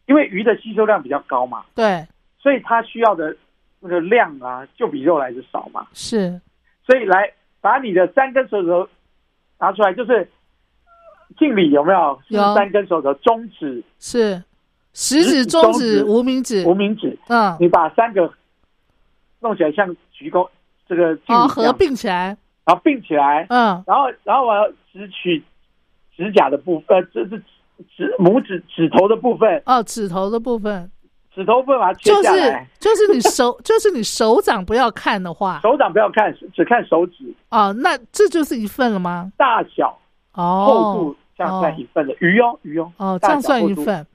[SPEAKER 5] 因为鱼的吸收量比较高嘛，
[SPEAKER 2] 对
[SPEAKER 5] 所以它需要的那个量啊，就比肉来的少嘛。
[SPEAKER 2] 是
[SPEAKER 5] 所以来把你的三根手指头拿出来，就是敬礼有没有？
[SPEAKER 2] 有
[SPEAKER 5] 是三根手指头，中指、
[SPEAKER 2] 是食
[SPEAKER 5] 食
[SPEAKER 2] 指
[SPEAKER 5] 指
[SPEAKER 2] 中
[SPEAKER 5] 中
[SPEAKER 2] 指
[SPEAKER 5] 指
[SPEAKER 2] 无名指
[SPEAKER 5] 无名指，
[SPEAKER 2] 嗯
[SPEAKER 5] 你把三个弄起来像鞠躬，这个敬礼、
[SPEAKER 2] 哦合，并起来
[SPEAKER 5] 然后并起来，
[SPEAKER 2] 嗯
[SPEAKER 5] 然后然后我要只取指甲的部分，呃，这这指拇指指头的部分，
[SPEAKER 2] 哦指头的部分。
[SPEAKER 5] 指头部分把它切
[SPEAKER 2] 就
[SPEAKER 5] 下
[SPEAKER 2] 是
[SPEAKER 5] 来。
[SPEAKER 2] 就是你手就是你手掌不要看的话，
[SPEAKER 5] 手掌不要看，只看手指
[SPEAKER 2] 哦，那这就是一份了吗？
[SPEAKER 5] 大小、
[SPEAKER 2] 哦，
[SPEAKER 5] 厚度，这样算一份的、鱼哦，鱼哦，
[SPEAKER 2] 哦，这
[SPEAKER 5] 大
[SPEAKER 2] 样
[SPEAKER 5] 小
[SPEAKER 2] 算
[SPEAKER 5] 厚
[SPEAKER 2] 一
[SPEAKER 5] 度
[SPEAKER 2] 份。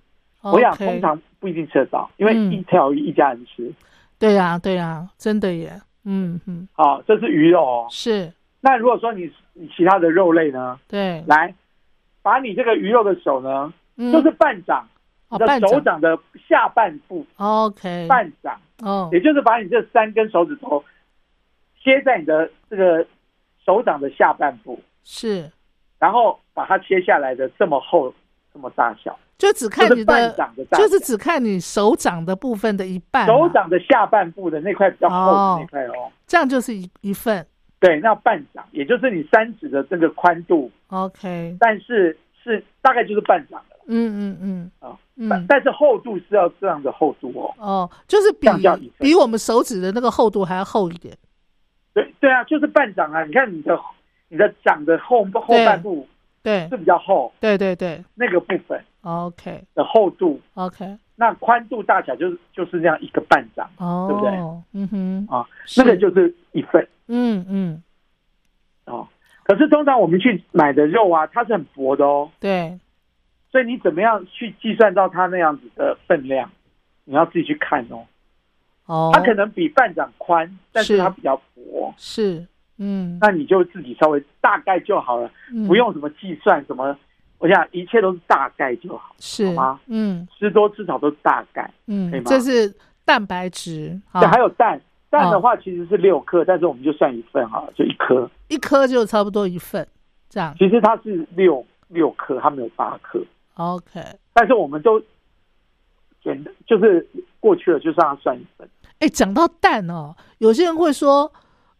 [SPEAKER 5] 我想
[SPEAKER 2] OK
[SPEAKER 5] 通常不一定吃得到，因为
[SPEAKER 2] 嗯
[SPEAKER 5] 一条鱼一家人吃。
[SPEAKER 2] 对呀、对呀、真的耶，嗯嗯，
[SPEAKER 5] 好、这是鱼肉哦。
[SPEAKER 2] 是
[SPEAKER 5] 那如果说你你其他的肉类呢，
[SPEAKER 2] 对，
[SPEAKER 5] 来，把你这个鱼肉的手呢，
[SPEAKER 2] 嗯
[SPEAKER 5] 就是半掌，
[SPEAKER 2] 哦
[SPEAKER 5] 你的
[SPEAKER 2] 半掌嗯
[SPEAKER 5] 手掌的下半部，
[SPEAKER 2] OK，
[SPEAKER 5] 半掌，
[SPEAKER 2] 哦
[SPEAKER 5] 也就是把你这三根手指头贴在你的这个手掌的下半部，
[SPEAKER 2] 是，
[SPEAKER 5] 然后把它切下来的这么厚，这么大小，
[SPEAKER 2] 就只看
[SPEAKER 5] 就是
[SPEAKER 2] 你
[SPEAKER 5] 半掌的大小
[SPEAKER 2] 就是只看你手掌的部分的一半嘛、
[SPEAKER 5] 手掌的下半部的那块比较厚
[SPEAKER 2] 哎哦
[SPEAKER 5] 的那块哦。
[SPEAKER 2] 这样就是一一份
[SPEAKER 5] 对，那半掌，也就是你三指的这个宽度，
[SPEAKER 2] OK，
[SPEAKER 5] 但是是大概就是半掌的了
[SPEAKER 2] 嗯嗯嗯
[SPEAKER 5] 啊、但
[SPEAKER 2] 嗯，
[SPEAKER 5] 但是厚度是要这样的厚度哦。
[SPEAKER 2] 哦，就是比
[SPEAKER 5] 这样叫一份
[SPEAKER 2] 比我们手指的那个厚度还要厚一点，
[SPEAKER 5] 对对啊，就是半掌啊。你看你的你的掌的后后
[SPEAKER 2] 对
[SPEAKER 5] 半部
[SPEAKER 2] 对
[SPEAKER 5] 是比较厚，
[SPEAKER 2] 对对对
[SPEAKER 5] 那个部分
[SPEAKER 2] ，OK
[SPEAKER 5] 的厚度，
[SPEAKER 2] OK，
[SPEAKER 5] 那宽度大小就是就是这样一个半掌
[SPEAKER 2] 哦，
[SPEAKER 5] 对不对
[SPEAKER 2] 嗯哼，
[SPEAKER 5] 啊，
[SPEAKER 2] 是
[SPEAKER 5] 那个就是一份
[SPEAKER 2] 嗯嗯，
[SPEAKER 5] 哦。可是通常我们去买的肉啊，它是很薄的哦，
[SPEAKER 2] 对，
[SPEAKER 5] 所以你怎么样去计算到它那样子的分量？你要自己去看哦。
[SPEAKER 2] 哦，
[SPEAKER 5] 它可能比半掌宽，但是
[SPEAKER 2] 是
[SPEAKER 5] 它比较薄，
[SPEAKER 2] 是，嗯，
[SPEAKER 5] 那你就自己稍微大概就好了，
[SPEAKER 2] 嗯
[SPEAKER 5] 不用什么计算什么。我想一切都是大概就好，
[SPEAKER 2] 是
[SPEAKER 5] 吗，
[SPEAKER 2] 嗯
[SPEAKER 5] 吃多吃少都是大概。可以
[SPEAKER 2] 嗯，
[SPEAKER 5] 吗
[SPEAKER 2] 这是蛋白质，
[SPEAKER 5] 对，
[SPEAKER 2] 啊
[SPEAKER 5] 还有蛋，蛋
[SPEAKER 2] 哦
[SPEAKER 5] 的话其实是六克，但是我们就算一份哈，就一颗。
[SPEAKER 2] 一颗就差不多一份，这样
[SPEAKER 5] 其实它是六六克，它没有八克，
[SPEAKER 2] ，OK。
[SPEAKER 5] 但是我们都简单就是过去了，就让它算一份。
[SPEAKER 2] 哎，讲到蛋哦，有些人会说，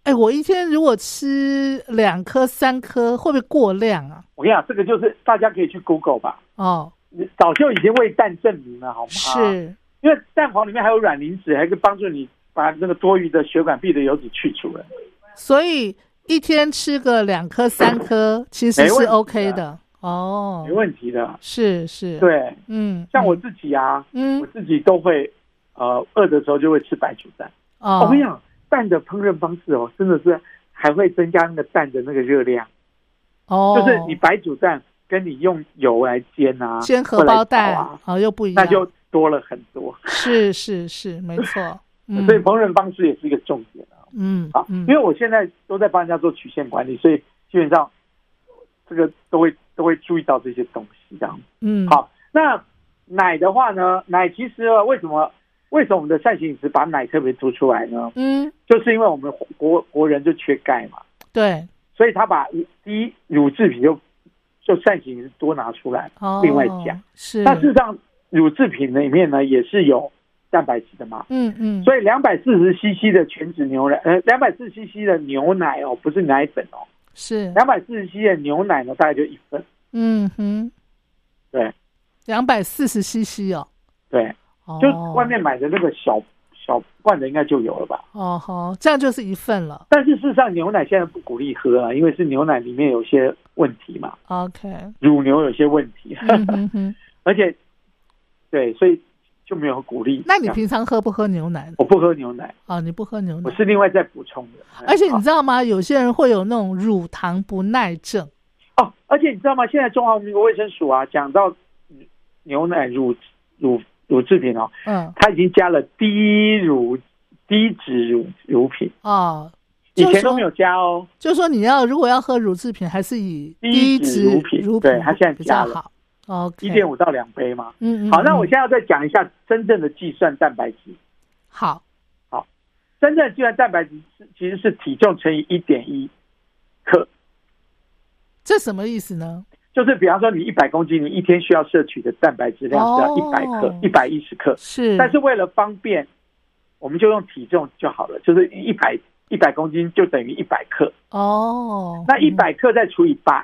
[SPEAKER 2] 哎，我一天如果吃两颗、三颗，会不会过量啊？
[SPEAKER 5] 我跟你讲，这个就是大家可以去 Google 吧，
[SPEAKER 2] 哦，
[SPEAKER 5] 早就已经为蛋证明了，好吗？，
[SPEAKER 2] 是，
[SPEAKER 5] 因为蛋黄里面还有卵磷脂，还可以帮助你把那个多余的血管壁的油脂去除了。
[SPEAKER 2] 所以一天吃个两颗、三颗，其实
[SPEAKER 5] 没
[SPEAKER 2] 是
[SPEAKER 5] 问题的啊
[SPEAKER 2] OK 的。哦
[SPEAKER 5] 没，问题啊的。
[SPEAKER 2] 是是，，
[SPEAKER 5] 对，
[SPEAKER 2] 嗯，
[SPEAKER 5] 像我
[SPEAKER 2] 嗯
[SPEAKER 5] 自己啊，
[SPEAKER 2] 嗯
[SPEAKER 5] 我自己都会，呃，饿的时候就会吃白煮蛋。
[SPEAKER 2] 哦
[SPEAKER 5] 我跟你讲，蛋的烹饪方式哦，真的是还会增加那个蛋的那个热量，
[SPEAKER 2] 哦，
[SPEAKER 5] 就是你白煮蛋跟你用油来煎啊，
[SPEAKER 2] 煎荷
[SPEAKER 5] 或来
[SPEAKER 2] 包
[SPEAKER 5] 炒
[SPEAKER 2] 蛋
[SPEAKER 5] 啊，
[SPEAKER 2] 哦，又不一样，
[SPEAKER 5] 那就多了很多。
[SPEAKER 2] 是是是，没 错，嗯
[SPEAKER 5] 所以烹饪方式也是一个重点啊。
[SPEAKER 2] 嗯
[SPEAKER 5] 啊，
[SPEAKER 2] 嗯
[SPEAKER 5] 因为我现在都在帮人家做曲线管理，所以基本上这个都会都会注意到这些东西这样。
[SPEAKER 2] 嗯
[SPEAKER 5] 好，那奶的话呢，奶其实呃为什么为什么我们的膳食饮食把奶特别突出来呢？
[SPEAKER 2] 嗯，
[SPEAKER 5] 就是因为我们国国人就缺钙嘛，
[SPEAKER 2] 对，
[SPEAKER 5] 所以他把第一乳制品就就膳食饮食多拿出来
[SPEAKER 2] 哦，，
[SPEAKER 5] 另外讲。
[SPEAKER 2] 是，
[SPEAKER 5] 那事实上，乳制品里面呢也是有蛋白质的嘛，
[SPEAKER 2] 嗯嗯，
[SPEAKER 5] 所以两百四十 CC 的全脂牛奶，呃，两百四十 CC 的牛奶哦，不是奶粉哦，
[SPEAKER 2] 是，
[SPEAKER 5] 两百四十 CC 的牛奶呢，大概就一份。
[SPEAKER 2] 嗯哼，
[SPEAKER 5] 对
[SPEAKER 2] 两百四十 CC 哦，
[SPEAKER 5] 对，
[SPEAKER 2] 哦
[SPEAKER 5] 就外面买的那个小小罐的应该就有了吧？
[SPEAKER 2] 哦吼，这样就是一份了
[SPEAKER 5] 但是事实上，牛奶现在不鼓励喝啊，因为是牛奶里面有些问题嘛，
[SPEAKER 2] 哦，OK，
[SPEAKER 5] 乳牛有些问题，
[SPEAKER 2] 嗯哼哼，
[SPEAKER 5] 而且对，所以就没有鼓励。
[SPEAKER 2] 那你平常喝不喝牛奶呢？
[SPEAKER 5] 我不喝牛奶，
[SPEAKER 2] 哦，你不喝牛
[SPEAKER 5] 我
[SPEAKER 2] 奶，
[SPEAKER 5] 是啊另外再补充的。嗯
[SPEAKER 2] 而且你
[SPEAKER 5] 好
[SPEAKER 2] 知道吗？有些人会有那种乳糖不耐症，
[SPEAKER 5] 哦，而且你知道吗？现在中华民国卫生署啊，讲到牛奶乳乳乳制品哦，
[SPEAKER 2] 嗯，
[SPEAKER 5] 它已经加了低乳低脂乳乳品，
[SPEAKER 2] 哦，
[SPEAKER 5] 以
[SPEAKER 2] 就是
[SPEAKER 5] 前
[SPEAKER 2] 说
[SPEAKER 5] 都没有加哦。
[SPEAKER 2] 就说你要如果要喝乳制品，还是以
[SPEAKER 5] 低
[SPEAKER 2] 脂
[SPEAKER 5] 脂乳品
[SPEAKER 2] 乳
[SPEAKER 5] 对它现在
[SPEAKER 2] 比较
[SPEAKER 5] 加了
[SPEAKER 2] 好。OK，
[SPEAKER 5] 一点五到两杯嘛。
[SPEAKER 2] 嗯，嗯嗯，
[SPEAKER 5] 好，那我现在要再讲一下真正的计算蛋白质。
[SPEAKER 2] 好
[SPEAKER 5] 真正的计算蛋白质是其实是体重乘以一点一克，
[SPEAKER 2] 这什么意思呢？
[SPEAKER 5] 就是比方说你一百公斤，你一天需要摄取的蛋白质量是要一百克
[SPEAKER 2] 哦，
[SPEAKER 5] 一百一十克。
[SPEAKER 2] 是，
[SPEAKER 5] 但是为了方便，我们就用体重就好了，就是一百一百公斤就等于一百克，
[SPEAKER 2] 哦，
[SPEAKER 5] 那一
[SPEAKER 2] 嗯
[SPEAKER 5] 百克再除以八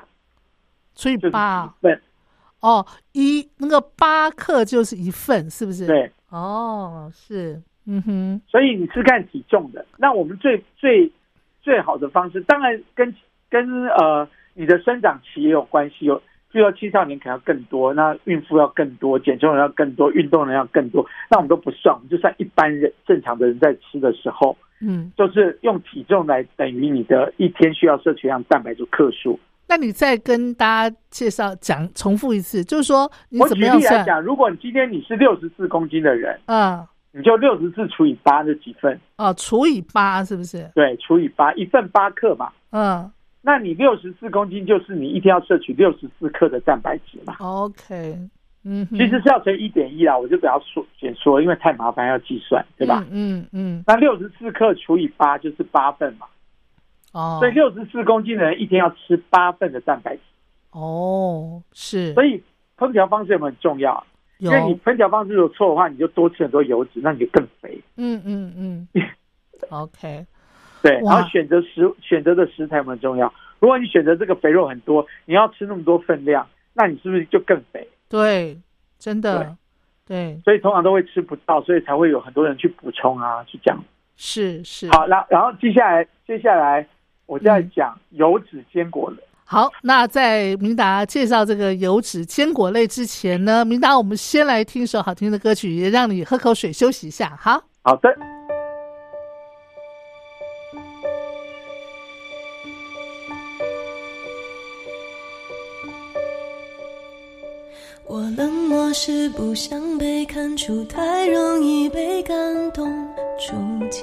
[SPEAKER 2] 除以
[SPEAKER 5] 就是
[SPEAKER 2] 八
[SPEAKER 5] 一份，
[SPEAKER 2] 哦，一那个八克就是一份，是不是？，
[SPEAKER 5] 对，
[SPEAKER 2] 哦，是，嗯哼，
[SPEAKER 5] 所以你是看体重的。那我们最最最好的方式，当然跟跟呃你的生长期也有关系，有譬如说青少年可能要更多，那孕妇要更多，减重人要更多，运动人要更多，那我们都不算，我们就算一般人正常的人在吃的时候，
[SPEAKER 2] 嗯，
[SPEAKER 5] 就是用体重来等于你的一天需要摄取量蛋白质克数。
[SPEAKER 2] 那你再跟大家介绍讲，重复一次，就是说你
[SPEAKER 5] 我
[SPEAKER 2] 怎
[SPEAKER 5] 举
[SPEAKER 2] 么样
[SPEAKER 5] 例来
[SPEAKER 2] 算？
[SPEAKER 5] 讲，如果你今天你是六十四公斤的人，
[SPEAKER 2] 嗯，
[SPEAKER 5] 你就六十四除以八是几份？
[SPEAKER 2] 哦，除以八是不是？
[SPEAKER 5] 对，除以八，一份八克嘛。
[SPEAKER 2] 嗯
[SPEAKER 5] 那你六十四公斤就是你一天要摄取六十四克的蛋白质
[SPEAKER 2] 哦
[SPEAKER 5] 嘛？
[SPEAKER 2] ，OK，嗯哼，
[SPEAKER 5] 其实是要乘一点一啦，我就不要说简说，因为太麻烦要计算，对吧？
[SPEAKER 2] 嗯嗯嗯，
[SPEAKER 5] 那六十四克除以八就是八份嘛，
[SPEAKER 2] 哦，
[SPEAKER 5] 所以六十四公斤的人一天要吃八份的蛋白质。
[SPEAKER 2] 哦，是，
[SPEAKER 5] 所以烹调方式有没有很重要？啊因
[SPEAKER 2] 有，
[SPEAKER 5] 为你烹调方式有错的话，你就多吃很多油脂，那你就更肥。
[SPEAKER 2] 嗯嗯嗯，OK，
[SPEAKER 5] 对，
[SPEAKER 2] 哇
[SPEAKER 5] 然后选择食选择的食材很重要。如果你选择这个肥肉很多，你要吃那么多分量，那你是不是就更肥？
[SPEAKER 2] 对，真的，对，
[SPEAKER 5] 所以通常都会吃不到，所以才会有很多人去补充啊，去这样。
[SPEAKER 2] 是是，
[SPEAKER 5] 好，然然后接下来接下来我再讲油脂坚果类。
[SPEAKER 2] 好，那在明达介绍这个油脂坚果类之前呢，明达，我们先来听一首好听的歌曲，也让你喝口水休息一下。好，
[SPEAKER 5] 好的，
[SPEAKER 1] 我冷漠是不想被看出，太容易被感动触及。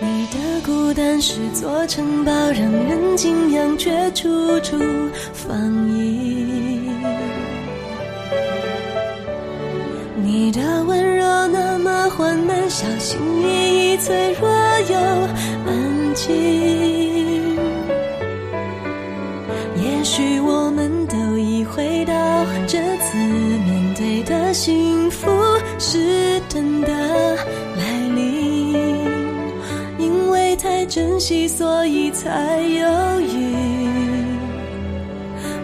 [SPEAKER 1] 你的孤单是座城堡，让人敬仰却处处防疫。你的温柔那么缓慢，小心翼翼，脆弱又安静。也许我们都已回到这次面对的幸福是真的来临，因为太珍惜，所以才犹豫，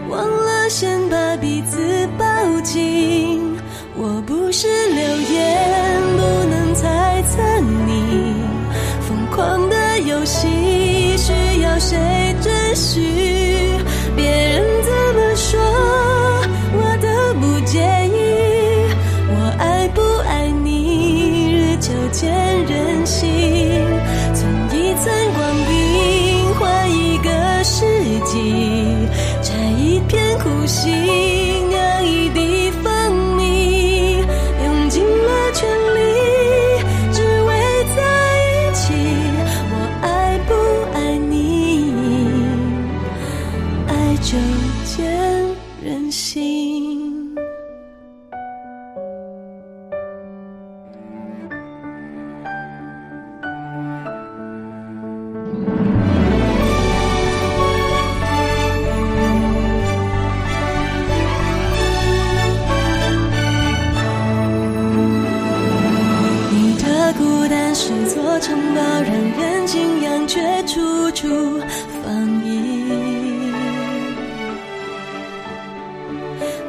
[SPEAKER 1] 忘了先把彼此抱紧。我不是流言，不能猜测你疯狂的游戏需要谁准许？别人怎么说，我都不介意。我爱不爱你，日久见人心。从一层光饼换一个世纪，摘一片苦心，酿一滴蜂蜜，用尽了全力，只为在一起。我爱不爱你？爱久见人心。你的孤单是座城堡，让人敬仰却处处防疫。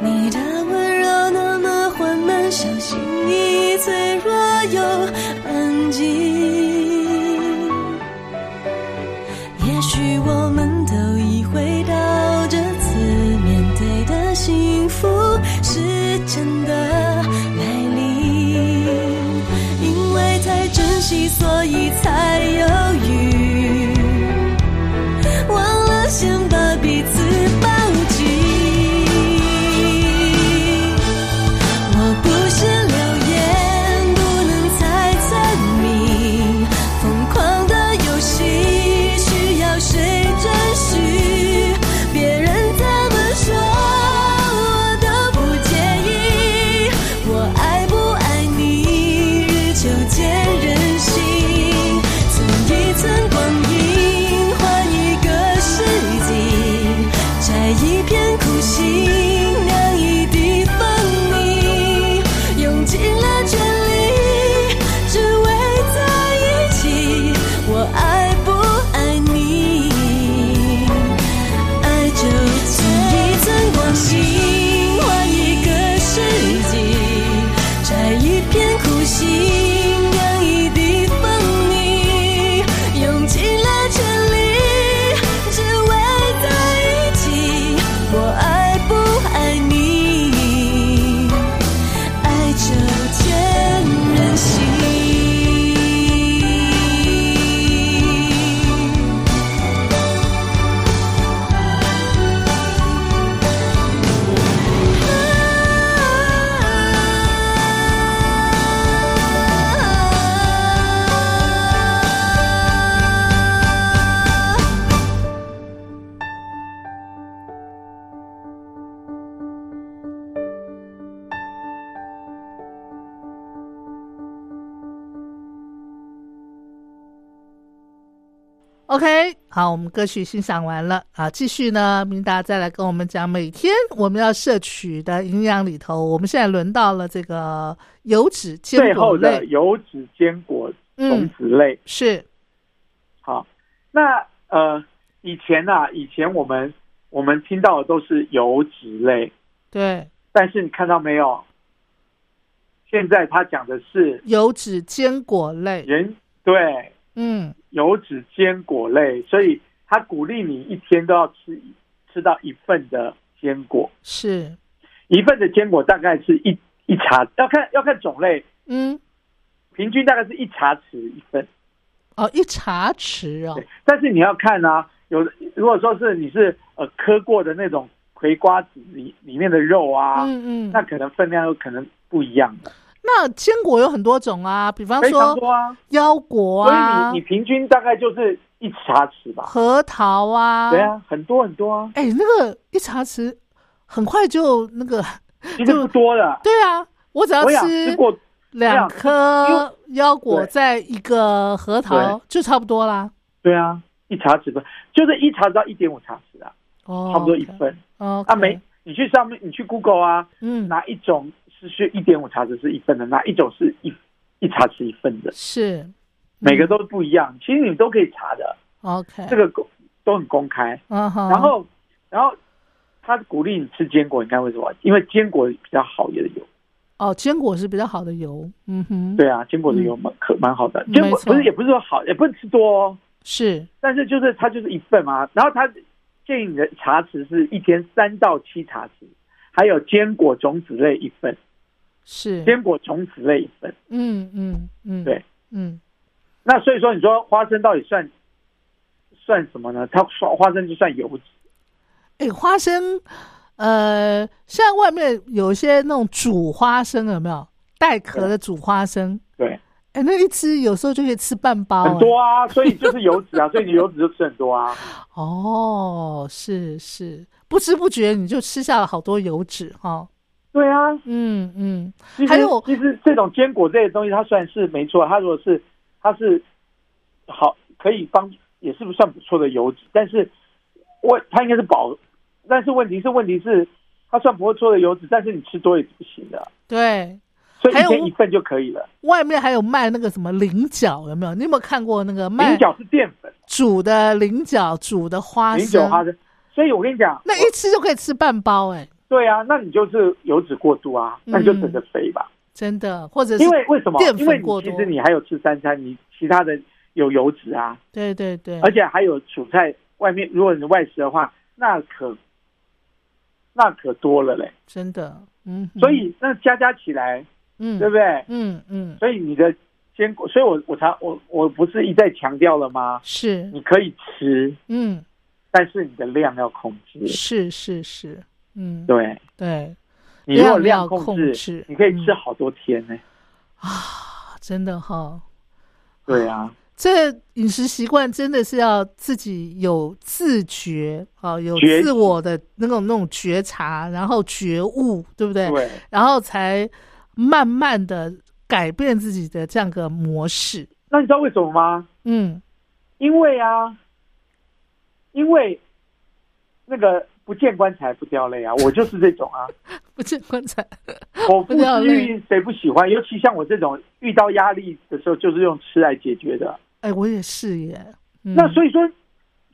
[SPEAKER 1] 你的温柔那么缓慢，小心翼翼，脆弱又安静。也许我们都已回到这次面对的幸福是真的来临，因为太珍惜，所以才犹豫，忘了先把彼此抱紧。我不是流言，不能猜测你疯狂的游戏需要谁准许？别人怎么说，我都不介意。我爱不爱你，日久见人心。从一寸光阴换一个世纪，摘一片苦心，酿一滴蜂蜜，用尽了全力，只为在一起。我爱不爱你？爱就像一寸光阴换一个世纪，摘一片苦心，酿一滴蜂蜜，用尽了全力，只为在一起。我爱不爱你？爱就见人心。
[SPEAKER 2] OK，好，我们歌曲欣赏完了啊，继续呢，明达再来跟我们讲每天我们要摄取的营养里头，我们现在轮到了这个油脂
[SPEAKER 5] 最
[SPEAKER 2] 坚果
[SPEAKER 5] 后的
[SPEAKER 2] 类，
[SPEAKER 5] 油脂、坚果、种
[SPEAKER 2] 嗯，
[SPEAKER 5] 子类。
[SPEAKER 2] 是
[SPEAKER 5] 好，那呃，以前呐、以前我们我们听到的都是油脂类，
[SPEAKER 2] 对，
[SPEAKER 5] 但是你看到没有？现在他讲的是
[SPEAKER 2] 油脂、坚果类，
[SPEAKER 5] 人对
[SPEAKER 2] 嗯，
[SPEAKER 5] 油脂坚果类，所以他鼓励你一天都要吃吃到一份的坚果，
[SPEAKER 2] 是，
[SPEAKER 5] 一份的坚果大概是一一茶，要看要看种类，
[SPEAKER 2] 嗯，
[SPEAKER 5] 平均大概是一茶匙一份。
[SPEAKER 2] 哦，一茶匙哦
[SPEAKER 5] 对，，但是你要看啊，有的如果说是你是呃磕过的那种葵瓜子里里面的肉啊，
[SPEAKER 2] 嗯嗯，
[SPEAKER 5] 那可能分量有可能不一样的，
[SPEAKER 2] 那坚果有很多种啊，比方
[SPEAKER 5] 非常
[SPEAKER 2] 说
[SPEAKER 5] 多啊。
[SPEAKER 2] 腰果
[SPEAKER 5] 所
[SPEAKER 2] 啊
[SPEAKER 5] 以你你、平均大概就是一茶匙吧。
[SPEAKER 2] 核桃啊，
[SPEAKER 5] 对，啊，很多很多啊，
[SPEAKER 2] 哎，那个一茶匙很快就那个，。
[SPEAKER 5] 其实不多的
[SPEAKER 2] 对啊，我只要
[SPEAKER 5] 我想吃过，
[SPEAKER 2] 两
[SPEAKER 5] 因
[SPEAKER 2] 颗腰果
[SPEAKER 5] 对
[SPEAKER 2] 再一个核桃就差不多啦，
[SPEAKER 5] 对啊，一茶匙不就是一茶匙到一点五茶匙啊，
[SPEAKER 2] 哦，
[SPEAKER 5] 差不多一份。
[SPEAKER 2] 哦，
[SPEAKER 5] 啊，没，你去上面你去 Google 啊，
[SPEAKER 2] 嗯，
[SPEAKER 5] 哪一种是需一点五茶匙是一份的，哪一种是一一茶匙一份
[SPEAKER 2] 嗯
[SPEAKER 5] 的，
[SPEAKER 2] 是
[SPEAKER 5] 每个都不一样。其实你都可以查的，
[SPEAKER 2] OK，
[SPEAKER 5] 这个公都很公开。
[SPEAKER 2] 嗯哼，
[SPEAKER 5] 然后，然后他鼓励你吃坚果，你看为什么？因为坚果比较好的油。
[SPEAKER 2] 哦，坚果是比较好的油，嗯哼，，
[SPEAKER 5] 对啊，坚果的油蛮可蛮好的，
[SPEAKER 2] 没
[SPEAKER 5] 坚果
[SPEAKER 2] 错
[SPEAKER 5] 不是也不是说好，也不能吃多哦，
[SPEAKER 2] 是
[SPEAKER 5] 但是就是它就是一份嘛。然后他建议你的茶匙是一天三到七茶匙，还有坚果种子类一份，
[SPEAKER 2] 是，
[SPEAKER 5] 坚果种子类一份。
[SPEAKER 2] 嗯嗯嗯，
[SPEAKER 5] 对，
[SPEAKER 2] 嗯
[SPEAKER 5] 那所以说，你说花生到底算算什么呢？它算花生就算油脂，
[SPEAKER 2] 哎，花生，呃，现在外面有一些那种煮花生，有没有带壳的煮花生？
[SPEAKER 5] 对，
[SPEAKER 2] 哎，那一只有时候就可以吃半包，欸
[SPEAKER 5] 很多啊，所以就是油脂啊，所以你油脂就吃很多啊。
[SPEAKER 2] 哎哦，是是，不知不觉你就吃下了好多油脂哈、哦，
[SPEAKER 5] 对啊，
[SPEAKER 2] 嗯嗯，
[SPEAKER 5] 其实
[SPEAKER 2] 还有
[SPEAKER 5] 其实这种坚果类的东西，它算是没错，它如果是它是好可以帮，也是不算不错的油脂，但是我它应该是饱，但是问题是问题是它算不错的油脂，但是你吃多也是不行的，
[SPEAKER 2] 对，
[SPEAKER 5] 所以
[SPEAKER 2] 还
[SPEAKER 5] 一
[SPEAKER 2] 有
[SPEAKER 5] 天一份就可以了。
[SPEAKER 2] 外面还有卖那个什么菱角，有没有？你有没有看过那个卖
[SPEAKER 5] 菱角是淀粉，
[SPEAKER 2] 煮的菱角、煮的花
[SPEAKER 5] 菱
[SPEAKER 2] 生？
[SPEAKER 5] 角花生，所以我跟你讲，
[SPEAKER 2] 那
[SPEAKER 5] 我
[SPEAKER 2] 一吃就可以吃半包、哎，
[SPEAKER 5] 对啊，那你就是油脂过度啊，那你就整个肥吧。
[SPEAKER 2] 真的，或嗯者是
[SPEAKER 5] 因为为什么
[SPEAKER 2] 淀？
[SPEAKER 5] 因为
[SPEAKER 2] 粉过
[SPEAKER 5] 你
[SPEAKER 2] 多
[SPEAKER 5] 其实你还有吃三餐，你其他的有油脂啊。
[SPEAKER 2] 对对对，
[SPEAKER 5] 而且还有煮在外面，如果你外食的话，那可那可多了嘞。
[SPEAKER 2] 真的，嗯哼，
[SPEAKER 5] 所以那加加起来，
[SPEAKER 2] 嗯，
[SPEAKER 5] 对不对？
[SPEAKER 2] 嗯嗯，
[SPEAKER 5] 所以你的坚果，所以我我才我我不是一再强调了吗？
[SPEAKER 2] 是，
[SPEAKER 5] 你可以吃，
[SPEAKER 2] 嗯
[SPEAKER 5] 但是你的量要控制。
[SPEAKER 2] 是是是，嗯
[SPEAKER 5] 对
[SPEAKER 2] 对，
[SPEAKER 5] 你如果
[SPEAKER 2] 量要
[SPEAKER 5] 量控
[SPEAKER 2] 控制嗯
[SPEAKER 5] 你可以吃好多天呢、
[SPEAKER 2] 啊真的哈，
[SPEAKER 5] 对啊，
[SPEAKER 2] 这饮食习惯真的是要自己有自觉啊，有
[SPEAKER 5] 觉
[SPEAKER 2] 自我的那种那种觉察，然后觉悟，对不对？
[SPEAKER 5] 对
[SPEAKER 2] 然后才慢慢的改变自己的这样个模式。
[SPEAKER 5] 那你知道为什么吗？
[SPEAKER 2] 嗯，
[SPEAKER 5] 因为啊，因为那个不见棺材不掉泪啊，我就是这种啊。
[SPEAKER 2] 不见棺材。
[SPEAKER 5] 口腹之欲谁不喜欢？尤其像我这种遇到压力的时候，就是用吃来解决的。
[SPEAKER 2] 哎，我也是耶。嗯、
[SPEAKER 5] 那所以说，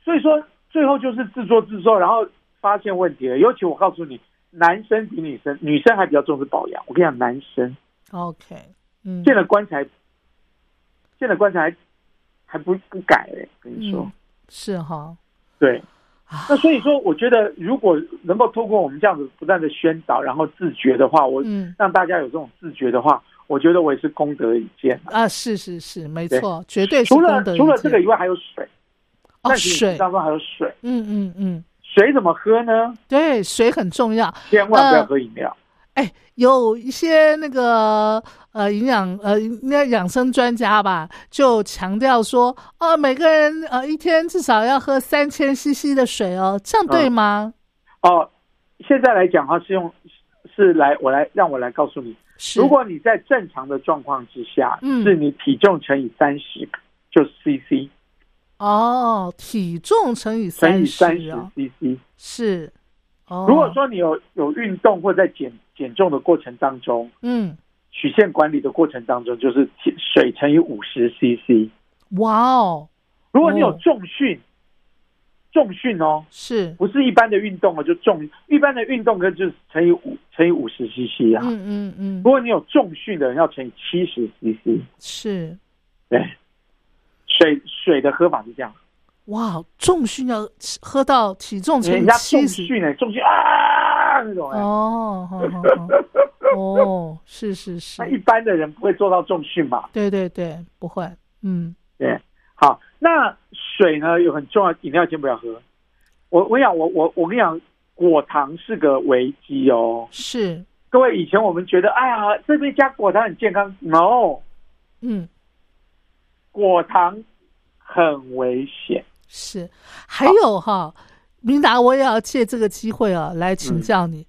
[SPEAKER 5] 所以说最后就是自作自受，然后发现问题了。尤其我告诉你，男生比女生，女生还比较重视保养。我跟你讲，男生
[SPEAKER 2] OK，嗯，
[SPEAKER 5] 见了棺材，见了棺材还不不改嘞、跟你说，
[SPEAKER 2] 嗯是哈，
[SPEAKER 5] 对
[SPEAKER 2] 啊。
[SPEAKER 5] 那所以说，我觉得如果能够透过我们这样子不断的宣导，然后自觉的话，我
[SPEAKER 2] 嗯
[SPEAKER 5] 让大家有这种自觉的话，我觉得我也是功德一件。
[SPEAKER 2] 啊，是是是，没
[SPEAKER 5] 对
[SPEAKER 2] 错，绝对是
[SPEAKER 5] 除了
[SPEAKER 2] 功德一
[SPEAKER 5] 除了这
[SPEAKER 2] 件
[SPEAKER 5] 个以外，还有水。
[SPEAKER 2] 哦，
[SPEAKER 5] 但是你
[SPEAKER 2] 水
[SPEAKER 5] 知，当中还有水，
[SPEAKER 2] 嗯嗯嗯，
[SPEAKER 5] 水怎么喝呢？
[SPEAKER 2] 对，水很重要。
[SPEAKER 5] 千万不要
[SPEAKER 2] 呃
[SPEAKER 5] 喝饮料。
[SPEAKER 2] 哎，有一些那个呃营养呃应该养生专家吧，就强调说，哦，每个人呃一天至少要喝三千 CC 的水哦，这样
[SPEAKER 5] 嗯
[SPEAKER 2] 对吗？
[SPEAKER 5] 哦，现在来讲的话是用是来我来让我来告诉你，
[SPEAKER 2] 是，
[SPEAKER 5] 如果你在正常的状况之下，
[SPEAKER 2] 嗯
[SPEAKER 5] 是你体重乘以三十，就是 CC
[SPEAKER 2] 哦，体重乘以
[SPEAKER 5] 乘
[SPEAKER 2] 三
[SPEAKER 5] 以三
[SPEAKER 2] 十
[SPEAKER 5] 十
[SPEAKER 2] 哦，
[SPEAKER 5] CC。
[SPEAKER 2] 是。哦，
[SPEAKER 5] 如果说你有有运动或在减减重的过程当中，
[SPEAKER 2] 嗯，
[SPEAKER 5] 曲线管理的过程当中，就是体水乘以五十 CC。
[SPEAKER 2] 哇哦，
[SPEAKER 5] 如果你有
[SPEAKER 2] 哦
[SPEAKER 5] 重训，重训哦，
[SPEAKER 2] 是，
[SPEAKER 5] 不是一般的运动哦，就重一般的运动可能就是乘以五乘以五十 CC 啊。
[SPEAKER 2] 嗯嗯嗯
[SPEAKER 5] 如，果你有重训的人要乘以七十 CC，
[SPEAKER 2] 是，
[SPEAKER 5] 对，水水的喝法是这样，
[SPEAKER 2] 哇，重训要喝到体重乘
[SPEAKER 5] 人
[SPEAKER 2] 以
[SPEAKER 5] 家重
[SPEAKER 2] 七十，
[SPEAKER 5] 训呢、重训啊那种哎、
[SPEAKER 2] 哦，好好好，哦，是是是
[SPEAKER 5] 那，一般的人不会做到重训嘛？
[SPEAKER 2] 对对对，不会，嗯，
[SPEAKER 5] 对，好，那水呢有很重要，饮料先不要喝。我我跟你讲，我我我跟你讲，果糖是个危机哦。
[SPEAKER 2] 是，
[SPEAKER 5] 各位，以前我们觉得，哎呀，这边加果糖很健康，no，
[SPEAKER 2] 嗯。
[SPEAKER 5] 果糖很危险。
[SPEAKER 2] 是，还有哈，明达，我也要借这个机会啊，来
[SPEAKER 5] 嗯
[SPEAKER 2] 请教你，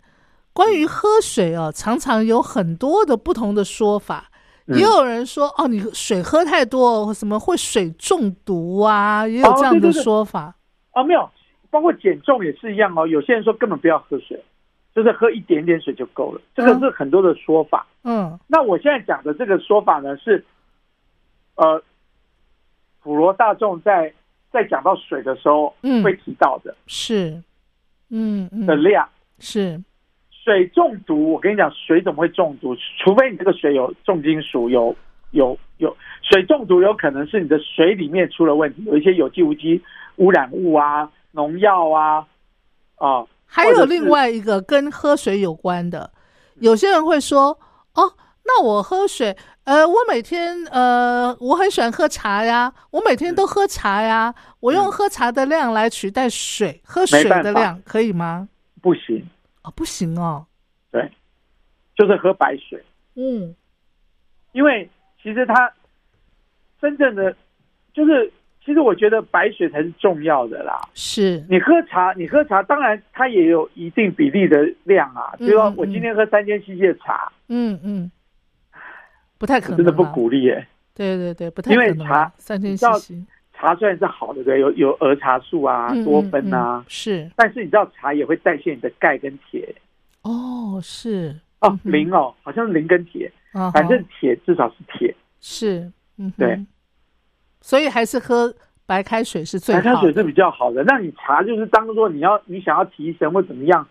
[SPEAKER 2] 关于喝水哦、常常有很多的不同的说法，
[SPEAKER 5] 嗯
[SPEAKER 2] 也有人说哦，你水喝太多，什么会水中毒啊，也有
[SPEAKER 5] 哦
[SPEAKER 2] 这样
[SPEAKER 5] 对
[SPEAKER 2] 的
[SPEAKER 5] 对对
[SPEAKER 2] 说法。
[SPEAKER 5] 啊，没有，包括减重也是一样哦。有些人说根本不要喝水，就是喝一点点水就够了，这个
[SPEAKER 2] 嗯
[SPEAKER 5] 是很多的说法。
[SPEAKER 2] 嗯，
[SPEAKER 5] 那我现在讲的这个说法呢是，呃，普罗大众在在讲到水的时候
[SPEAKER 2] 嗯
[SPEAKER 5] 会提到的、
[SPEAKER 2] 是，嗯
[SPEAKER 5] 的
[SPEAKER 2] 嗯，
[SPEAKER 5] 量。
[SPEAKER 2] 是
[SPEAKER 5] 水中毒，我跟你讲，水怎么会中毒？除非你这个水有重金属，有有有水中毒，有可能是你的水里面出了问题，有一些有机无机污染物啊、农药啊，啊，
[SPEAKER 2] 还
[SPEAKER 5] 或
[SPEAKER 2] 有
[SPEAKER 5] 者
[SPEAKER 2] 另
[SPEAKER 5] 是嗯
[SPEAKER 2] 外一个跟喝水有关的，有些人会说，哦，那我喝水，呃，我每天呃，我很喜欢喝茶呀，我每天
[SPEAKER 5] 嗯
[SPEAKER 2] 都喝茶呀，我用喝茶的量来取代水，喝水的
[SPEAKER 5] 没办
[SPEAKER 2] 量可以吗？
[SPEAKER 5] 不行，
[SPEAKER 2] 啊、不行哦，
[SPEAKER 5] 对，就是喝白水。
[SPEAKER 2] 嗯，
[SPEAKER 5] 因为其实它真正的就是，其实我觉得白水才是重要的啦。
[SPEAKER 2] 是，
[SPEAKER 5] 你喝茶，你喝茶，当然它也有一定比例的量啊。
[SPEAKER 2] 嗯
[SPEAKER 5] 比如说
[SPEAKER 2] 嗯，
[SPEAKER 5] 我今天喝三千 CC 的茶，
[SPEAKER 2] 嗯嗯，不太可能，
[SPEAKER 5] 我
[SPEAKER 2] 啊
[SPEAKER 5] 真的不，鼓励耶、
[SPEAKER 2] 对对对，不太可
[SPEAKER 5] 因
[SPEAKER 2] 能
[SPEAKER 5] 为
[SPEAKER 2] 啊，
[SPEAKER 5] 茶
[SPEAKER 2] 三千
[SPEAKER 5] 你知道
[SPEAKER 2] CC，
[SPEAKER 5] 茶虽然是好的，对，有有儿茶素啊、
[SPEAKER 2] 嗯
[SPEAKER 5] 多
[SPEAKER 2] 嗯
[SPEAKER 5] 酚啊
[SPEAKER 2] 嗯，是，
[SPEAKER 5] 但是你知道茶也会代谢你的钙跟铁
[SPEAKER 2] 哦是，
[SPEAKER 5] 哦，磷哦，好像是磷跟铁，
[SPEAKER 2] 啊，
[SPEAKER 5] 反正铁至少是铁，
[SPEAKER 2] 是，嗯哼，
[SPEAKER 5] 对，
[SPEAKER 2] 所以还是喝白开水是最
[SPEAKER 5] 白
[SPEAKER 2] 好的。
[SPEAKER 5] 开水是比较好的。那你茶就是当做你要你想要提神或怎么样，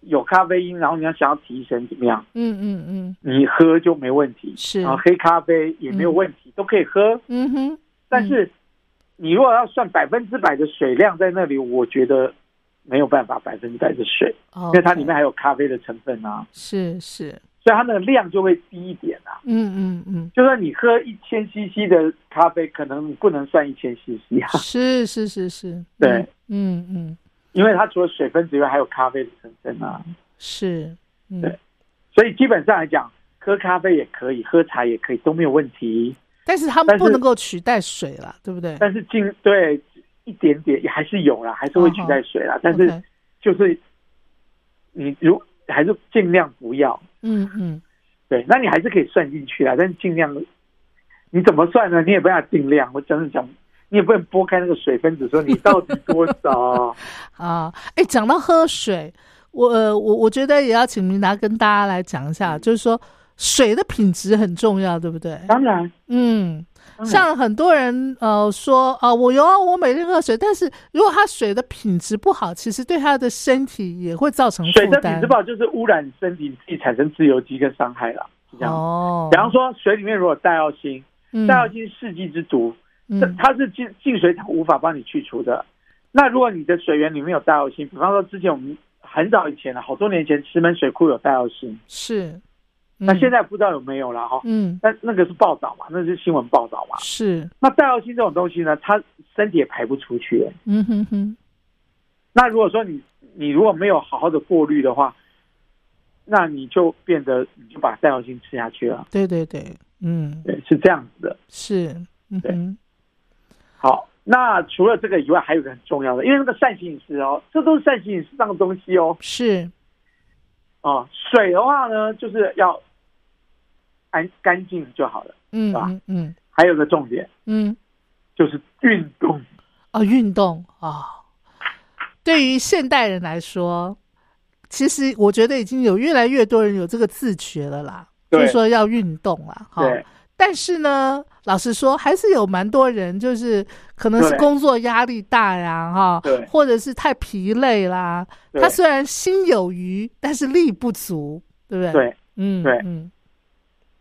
[SPEAKER 5] 有咖啡因，然后你要想要提神怎么样？
[SPEAKER 2] 嗯嗯嗯
[SPEAKER 5] 你喝就没问题，
[SPEAKER 2] 是
[SPEAKER 5] 啊，黑咖啡也没有问题，都可以喝。
[SPEAKER 2] 嗯哼，
[SPEAKER 5] 但是你如果要算百分之百的水量在那里，我觉得没有办法百分之百的水，
[SPEAKER 2] 哦
[SPEAKER 5] 因，为它里面还有咖啡的成分啊，
[SPEAKER 2] 是是，
[SPEAKER 5] 所以它那个量就会低一点啊。
[SPEAKER 2] 嗯嗯 嗯，
[SPEAKER 5] 就算你喝一千 CC 的咖啡，可能不能算一千 CC 啊，
[SPEAKER 2] 是是是是，
[SPEAKER 5] 对
[SPEAKER 2] 嗯，嗯嗯
[SPEAKER 5] 因为它除了水分之外，还有咖啡的成分啊。
[SPEAKER 2] 是，嗯
[SPEAKER 5] 对所以基本上来讲，喝咖啡也可以，喝茶也可以，都没有问题。
[SPEAKER 2] 但是他们
[SPEAKER 5] 但是
[SPEAKER 2] 不能够取代水了，对不对？
[SPEAKER 5] 但是进对一点点也还是有啦，还是会取代水啦，但是
[SPEAKER 2] 嗯 OK，
[SPEAKER 5] 就是你如还是尽量不要
[SPEAKER 2] 嗯嗯，
[SPEAKER 5] 对，那你还是可以算进去啊啦，但是尽量你怎么算呢？你也不要尽量，我真的讲，你也不能拨开那个水分子说你到底多 少，
[SPEAKER 2] 啊，哎，讲到喝水，我呃我我觉得也要请明达跟大家来讲一
[SPEAKER 5] 嗯
[SPEAKER 2] 下，就是说水的品质很重要，对不对？
[SPEAKER 5] 当然，
[SPEAKER 2] 嗯。
[SPEAKER 5] 当然
[SPEAKER 2] 像很多人呃说啊、我有啊，我每天喝水，但是如果他水的品质不好，其实对他的身体也会造成
[SPEAKER 5] 水
[SPEAKER 2] 负
[SPEAKER 5] 的品
[SPEAKER 2] 担
[SPEAKER 5] 质不。好就是污染身体，自己产生自由基跟伤害啦，是这样。
[SPEAKER 2] 哦，
[SPEAKER 5] 比方说，水里面如果有带奥辛，
[SPEAKER 2] 嗯
[SPEAKER 5] 带奥辛是世纪之毒，这
[SPEAKER 2] 嗯
[SPEAKER 5] 它是净净水厂无法帮你去除的。那如果你的水源里面有带奥辛，比方说之前我们很早以前了，好多年前石门水库有带奥辛，
[SPEAKER 2] 是，
[SPEAKER 5] 那现
[SPEAKER 2] 在
[SPEAKER 5] 在不知道有没有了哈。
[SPEAKER 2] 嗯
[SPEAKER 5] 但那个是报道嘛，那是新闻报道嘛。
[SPEAKER 2] 是
[SPEAKER 5] 那带奥辛这种东西呢，它身体也排不出去。
[SPEAKER 2] 嗯哼哼
[SPEAKER 5] 那如果说你你如果没有好好的过滤的话，那你就变得你就把带奥辛吃下去了。
[SPEAKER 2] 对对对嗯
[SPEAKER 5] 对，是这样子的。
[SPEAKER 2] 是嗯
[SPEAKER 5] 对
[SPEAKER 2] 哼
[SPEAKER 5] 好，那除了这个以外，还有一个很重要的，因为那个膳食饮食哦，这都是膳食饮食上的东西哦。
[SPEAKER 2] 是
[SPEAKER 5] 啊，水的话呢，就是要安干净就好了。
[SPEAKER 2] 嗯
[SPEAKER 5] 吧
[SPEAKER 2] 嗯嗯
[SPEAKER 5] 还有个重点
[SPEAKER 2] 嗯
[SPEAKER 5] 就是运动，
[SPEAKER 2] 啊运动啊、对于现代人来说，其实我觉得已经有越来越多人有这个自觉了啦，就
[SPEAKER 5] 对
[SPEAKER 2] 是说要运动啦，哈。
[SPEAKER 5] 对，
[SPEAKER 2] 但是呢，老实说，还是有蛮多人，就是可能是
[SPEAKER 5] 对
[SPEAKER 2] 工作压力大呀，哈
[SPEAKER 5] 对，
[SPEAKER 2] 或者是太疲累啦。
[SPEAKER 5] 对
[SPEAKER 2] 他虽然心有余，但是力不足，对不对？，
[SPEAKER 5] 对，
[SPEAKER 2] 嗯，
[SPEAKER 5] 对
[SPEAKER 2] 嗯，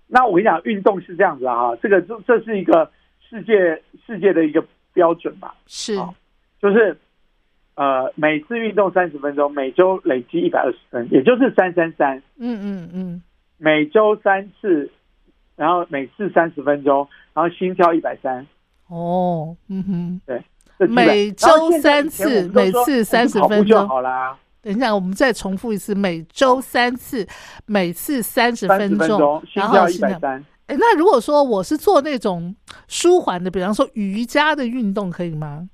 [SPEAKER 5] 那我跟你讲，运动是这样子啊，这个这这是一个世界世界的一个标准吧，
[SPEAKER 2] 是，
[SPEAKER 5] 好就是呃每次运动三十分钟，每周累积一百二十分，也就是三三三，
[SPEAKER 2] 嗯嗯嗯，
[SPEAKER 5] 每周三次，然后每次三十分钟，然后心跳一百三，
[SPEAKER 2] 哦，嗯哼。
[SPEAKER 5] 这基本
[SPEAKER 2] 每周
[SPEAKER 5] 然后现在以前
[SPEAKER 2] 三次
[SPEAKER 5] 我们都说
[SPEAKER 2] 每次
[SPEAKER 5] 哎
[SPEAKER 2] 30
[SPEAKER 5] 跑步
[SPEAKER 2] 分
[SPEAKER 5] 就
[SPEAKER 2] 钟
[SPEAKER 5] 好啦，
[SPEAKER 2] 等一下，我们再重复一次，每周三次，每次三十
[SPEAKER 5] 三十
[SPEAKER 2] 分
[SPEAKER 5] 分
[SPEAKER 2] 钟
[SPEAKER 5] 钟，，心
[SPEAKER 2] 然
[SPEAKER 5] 跳
[SPEAKER 2] 后
[SPEAKER 5] 一
[SPEAKER 2] 是
[SPEAKER 5] 百
[SPEAKER 2] 那。
[SPEAKER 5] 三，
[SPEAKER 2] 哎，那如果说我是做那种舒缓的，比方说瑜伽的运动，可以吗？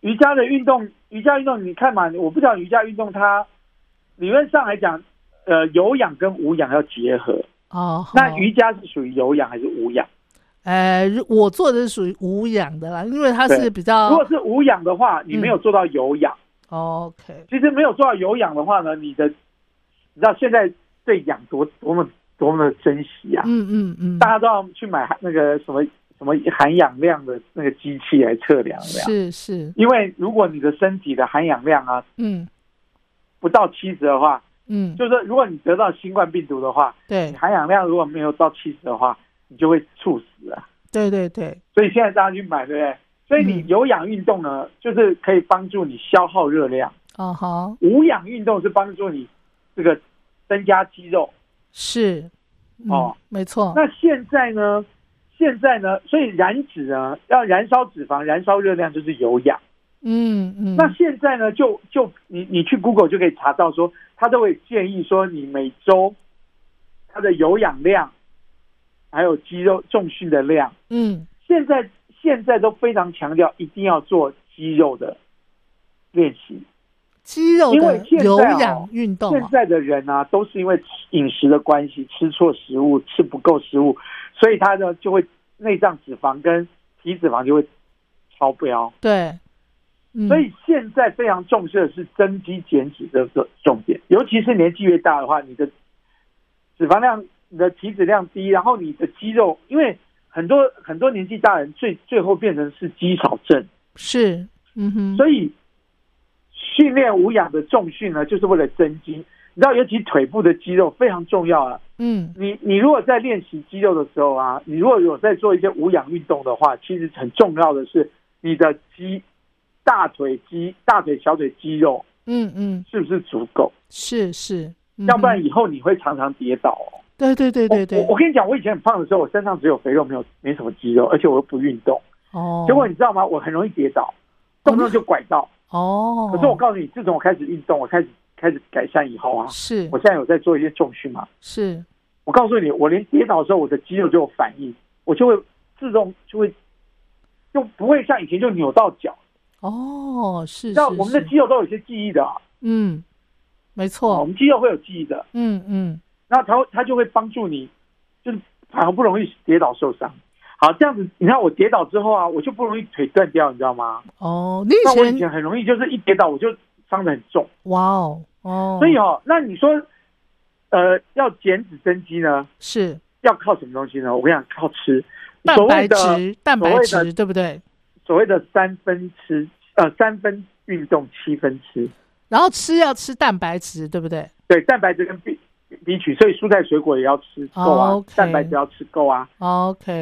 [SPEAKER 5] 瑜伽的运动，瑜伽运动，你看嘛，我不知道瑜伽运动它理论上来讲，呃，有氧跟无氧要结合。
[SPEAKER 2] 哦，好
[SPEAKER 5] 那瑜伽是属于有氧还是无氧？
[SPEAKER 2] 呃，如我做的是属于无氧的啦，因为它是
[SPEAKER 5] 对
[SPEAKER 2] 比较
[SPEAKER 5] 如果是无氧的
[SPEAKER 2] 嗯
[SPEAKER 5] 话，你没有做到有氧。
[SPEAKER 2] 哦 OK，
[SPEAKER 5] 其实没有做到有氧的话呢，你的你知道现在对氧多多么多么的珍惜啊！
[SPEAKER 2] 嗯嗯嗯，
[SPEAKER 5] 大家都要去买那个什么什么含氧量的那个机器来测量的呀。
[SPEAKER 2] 是是，
[SPEAKER 5] 因为如果你的身体的含氧量啊
[SPEAKER 2] 嗯
[SPEAKER 5] 不到七十的话，
[SPEAKER 2] 嗯，
[SPEAKER 5] 就是说如果你得到新冠病毒的话，
[SPEAKER 2] 对
[SPEAKER 5] 你含氧量如果没有到七十的话，你就会猝死啊。
[SPEAKER 2] 对对对，
[SPEAKER 5] 所以现在大家去买，对不对？所以你
[SPEAKER 2] 嗯
[SPEAKER 5] 有氧运动呢，就是可以帮助你消耗热量；
[SPEAKER 2] 哦好
[SPEAKER 5] 无氧运动是帮助你这个增加肌肉。
[SPEAKER 2] 是，嗯
[SPEAKER 5] 哦，
[SPEAKER 2] 没错，
[SPEAKER 5] 那现在呢？现在呢？所以燃脂呢，要燃烧脂肪、燃烧热量就是有氧。
[SPEAKER 2] 嗯嗯，
[SPEAKER 5] 那现在呢，就就你你去 Google 就可以查到说，他都会建议说，你每周它的有氧量，还有肌肉重训的量，
[SPEAKER 2] 嗯
[SPEAKER 5] 现在现在都非常强调一定要做肌肉的练习。
[SPEAKER 2] 肌肉
[SPEAKER 5] 因
[SPEAKER 2] 的
[SPEAKER 5] 为现在
[SPEAKER 2] 有
[SPEAKER 5] 哦
[SPEAKER 2] 氧运动
[SPEAKER 5] 现
[SPEAKER 2] 啊，
[SPEAKER 5] 在的人啊，都是因为吃饮食的关系，吃错食物，吃不够食物，所以他呢就会内脏脂肪跟体脂肪就会超标。
[SPEAKER 2] 对，嗯
[SPEAKER 5] 所以现在非常重视的是增肌减脂这个重点，尤其是年纪越大的话，你的脂肪量、你的体脂量低，然后你的肌肉，因为很多很多年纪大人最最后变成是肌少症，
[SPEAKER 2] 是，嗯哼，
[SPEAKER 5] 所以训练无氧的重训呢，就是为了增肌。你知道，尤其腿部的肌肉非常重要啊。
[SPEAKER 2] 嗯
[SPEAKER 5] 你你如果在练习肌肉的时候啊，你如果有在做一些无氧运动的话，其实很重要的是你的肌、大腿肌、大腿、小腿肌肉
[SPEAKER 2] 嗯嗯，
[SPEAKER 5] 是不是足够？
[SPEAKER 2] 是是，嗯
[SPEAKER 5] 要不然
[SPEAKER 2] 哼
[SPEAKER 5] 以后你会常常跌倒哦。
[SPEAKER 2] 对对对对对
[SPEAKER 5] 我我，我跟你讲，我以前很胖的时候，我身上只有肥肉，没有没什么肌肉，而且我又不运动。
[SPEAKER 2] 哦，
[SPEAKER 5] 结果你知道吗？我很容易跌倒，动不动就拐到。
[SPEAKER 2] 哦，
[SPEAKER 5] 可是我告诉你，自从我开始运动，我开始开始改善以后啊，
[SPEAKER 2] 是
[SPEAKER 5] 我现在有在做一些重训嘛。
[SPEAKER 2] 是，
[SPEAKER 5] 我告诉你，我连跌倒的时候，我的肌肉就有反应，我就会自动就会就不会像以前就扭到脚。
[SPEAKER 2] 哦是，
[SPEAKER 5] 你知道
[SPEAKER 2] 是
[SPEAKER 5] 我们的
[SPEAKER 2] 是哦
[SPEAKER 5] 肌肉都有一些记忆的、啊，
[SPEAKER 2] 嗯，没
[SPEAKER 5] 我
[SPEAKER 2] 错，
[SPEAKER 5] 们肌肉会有记忆的，
[SPEAKER 2] 嗯嗯，
[SPEAKER 5] 然后它会它就会帮助你，就是好不容易跌倒受伤。好，这样子，你看我跌倒之后啊，我就不容易腿断掉，你知道吗？
[SPEAKER 2] 哦，你
[SPEAKER 5] 那我
[SPEAKER 2] 以
[SPEAKER 5] 以前
[SPEAKER 2] 前
[SPEAKER 5] 很容易就是一跌倒我就伤得很重。
[SPEAKER 2] 哇哦哦，
[SPEAKER 5] 所以哦，那你说，呃，要减脂增肌呢，
[SPEAKER 2] 是
[SPEAKER 5] 要靠什么东西呢？我跟你讲，靠吃。
[SPEAKER 2] 蛋
[SPEAKER 5] 所
[SPEAKER 2] 白
[SPEAKER 5] 谓的
[SPEAKER 2] 质，蛋白
[SPEAKER 5] 所谓
[SPEAKER 2] 质
[SPEAKER 5] 的
[SPEAKER 2] 对不对？
[SPEAKER 5] 所谓的三分吃，呃，三分运动，七分吃。
[SPEAKER 2] 然后吃要吃蛋白质，对不对？
[SPEAKER 5] 对，蛋白质跟 B B 取，所以蔬菜水果也要吃够啊
[SPEAKER 2] 哦，OK
[SPEAKER 5] 蛋白质要吃够啊。
[SPEAKER 2] OK，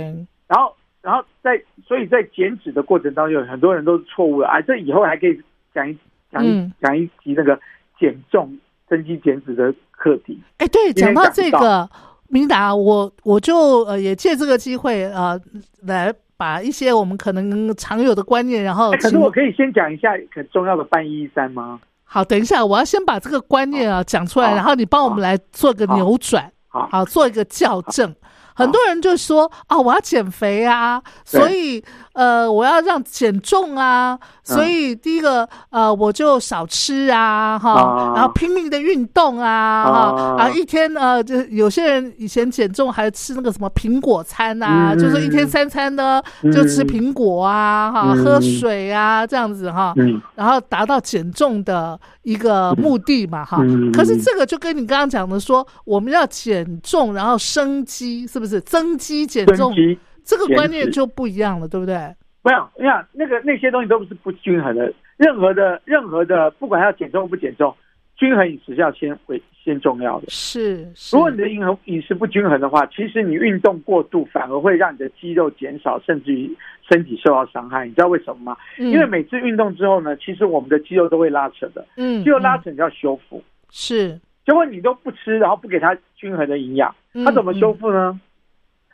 [SPEAKER 5] 然后，然后在所以在减脂的过程当中，有很多人都是错误的啊。这以后还可以讲一讲一、
[SPEAKER 2] 嗯
[SPEAKER 5] 讲一集那个减重、增肌、减脂的课题。
[SPEAKER 2] 哎，对，
[SPEAKER 5] 今
[SPEAKER 2] 讲
[SPEAKER 5] 天
[SPEAKER 2] 到
[SPEAKER 5] 讲
[SPEAKER 2] 这
[SPEAKER 5] 到
[SPEAKER 2] 个，明达，我我就呃也借这个机会呃来把一些我们可能常有的观念，然后
[SPEAKER 5] 哎可是
[SPEAKER 2] 哦请
[SPEAKER 5] 我可以先讲一下很重要的半一三吗？
[SPEAKER 2] 好，等一下，我要先把这个观念啊讲出来，
[SPEAKER 5] 好
[SPEAKER 2] 然后你帮我们来做个扭转，
[SPEAKER 5] 好
[SPEAKER 2] 好，做一个校正。很多人就说啊，我要减肥啊，
[SPEAKER 5] 对嗯
[SPEAKER 2] 所以呃，我要让减重啊，所以第一个呃，我就少吃啊，哈
[SPEAKER 5] 啊，
[SPEAKER 2] 然后拼命的运动啊，哈，
[SPEAKER 5] 啊
[SPEAKER 2] 啊，一天呃，就是有些人以前减重还吃那个什么苹果餐啊，
[SPEAKER 5] 嗯
[SPEAKER 2] 就是一天三餐呢就吃
[SPEAKER 5] 嗯
[SPEAKER 2] 苹果啊，哈，
[SPEAKER 5] 嗯
[SPEAKER 2] 喝水啊，这样子哈，
[SPEAKER 5] 嗯，
[SPEAKER 2] 然后达到减重的一个目的嘛，哈。
[SPEAKER 5] 嗯
[SPEAKER 2] 可是这个就跟你刚刚讲的说，我们要减重，然后生肌，是不不是增肌减
[SPEAKER 5] 增
[SPEAKER 2] 重？
[SPEAKER 5] 肌
[SPEAKER 2] 这个
[SPEAKER 5] 减
[SPEAKER 2] 观念
[SPEAKER 5] 脂
[SPEAKER 2] 就不一样了，对不对？
[SPEAKER 5] 不要，你想那个那些东西都不是不均衡的，任何的任何的，不管它要减重不减重，均衡饮食是要先为先重要的。
[SPEAKER 2] 是，是
[SPEAKER 5] 如果你的饮衡饮食不均衡的话，其实你运动过度反而会让你的肌肉减少，甚至于身体受到伤害。你知道为什么吗？
[SPEAKER 2] 嗯
[SPEAKER 5] 因为每次运动之后呢，其实我们的肌肉都会拉扯的，
[SPEAKER 2] 嗯，嗯
[SPEAKER 5] 肌肉拉
[SPEAKER 2] 嗯
[SPEAKER 5] 扯你要修复。
[SPEAKER 2] 是，
[SPEAKER 5] 结果你都不吃，然后不给它均衡的营养，它
[SPEAKER 2] 嗯
[SPEAKER 5] 怎么修？复呢？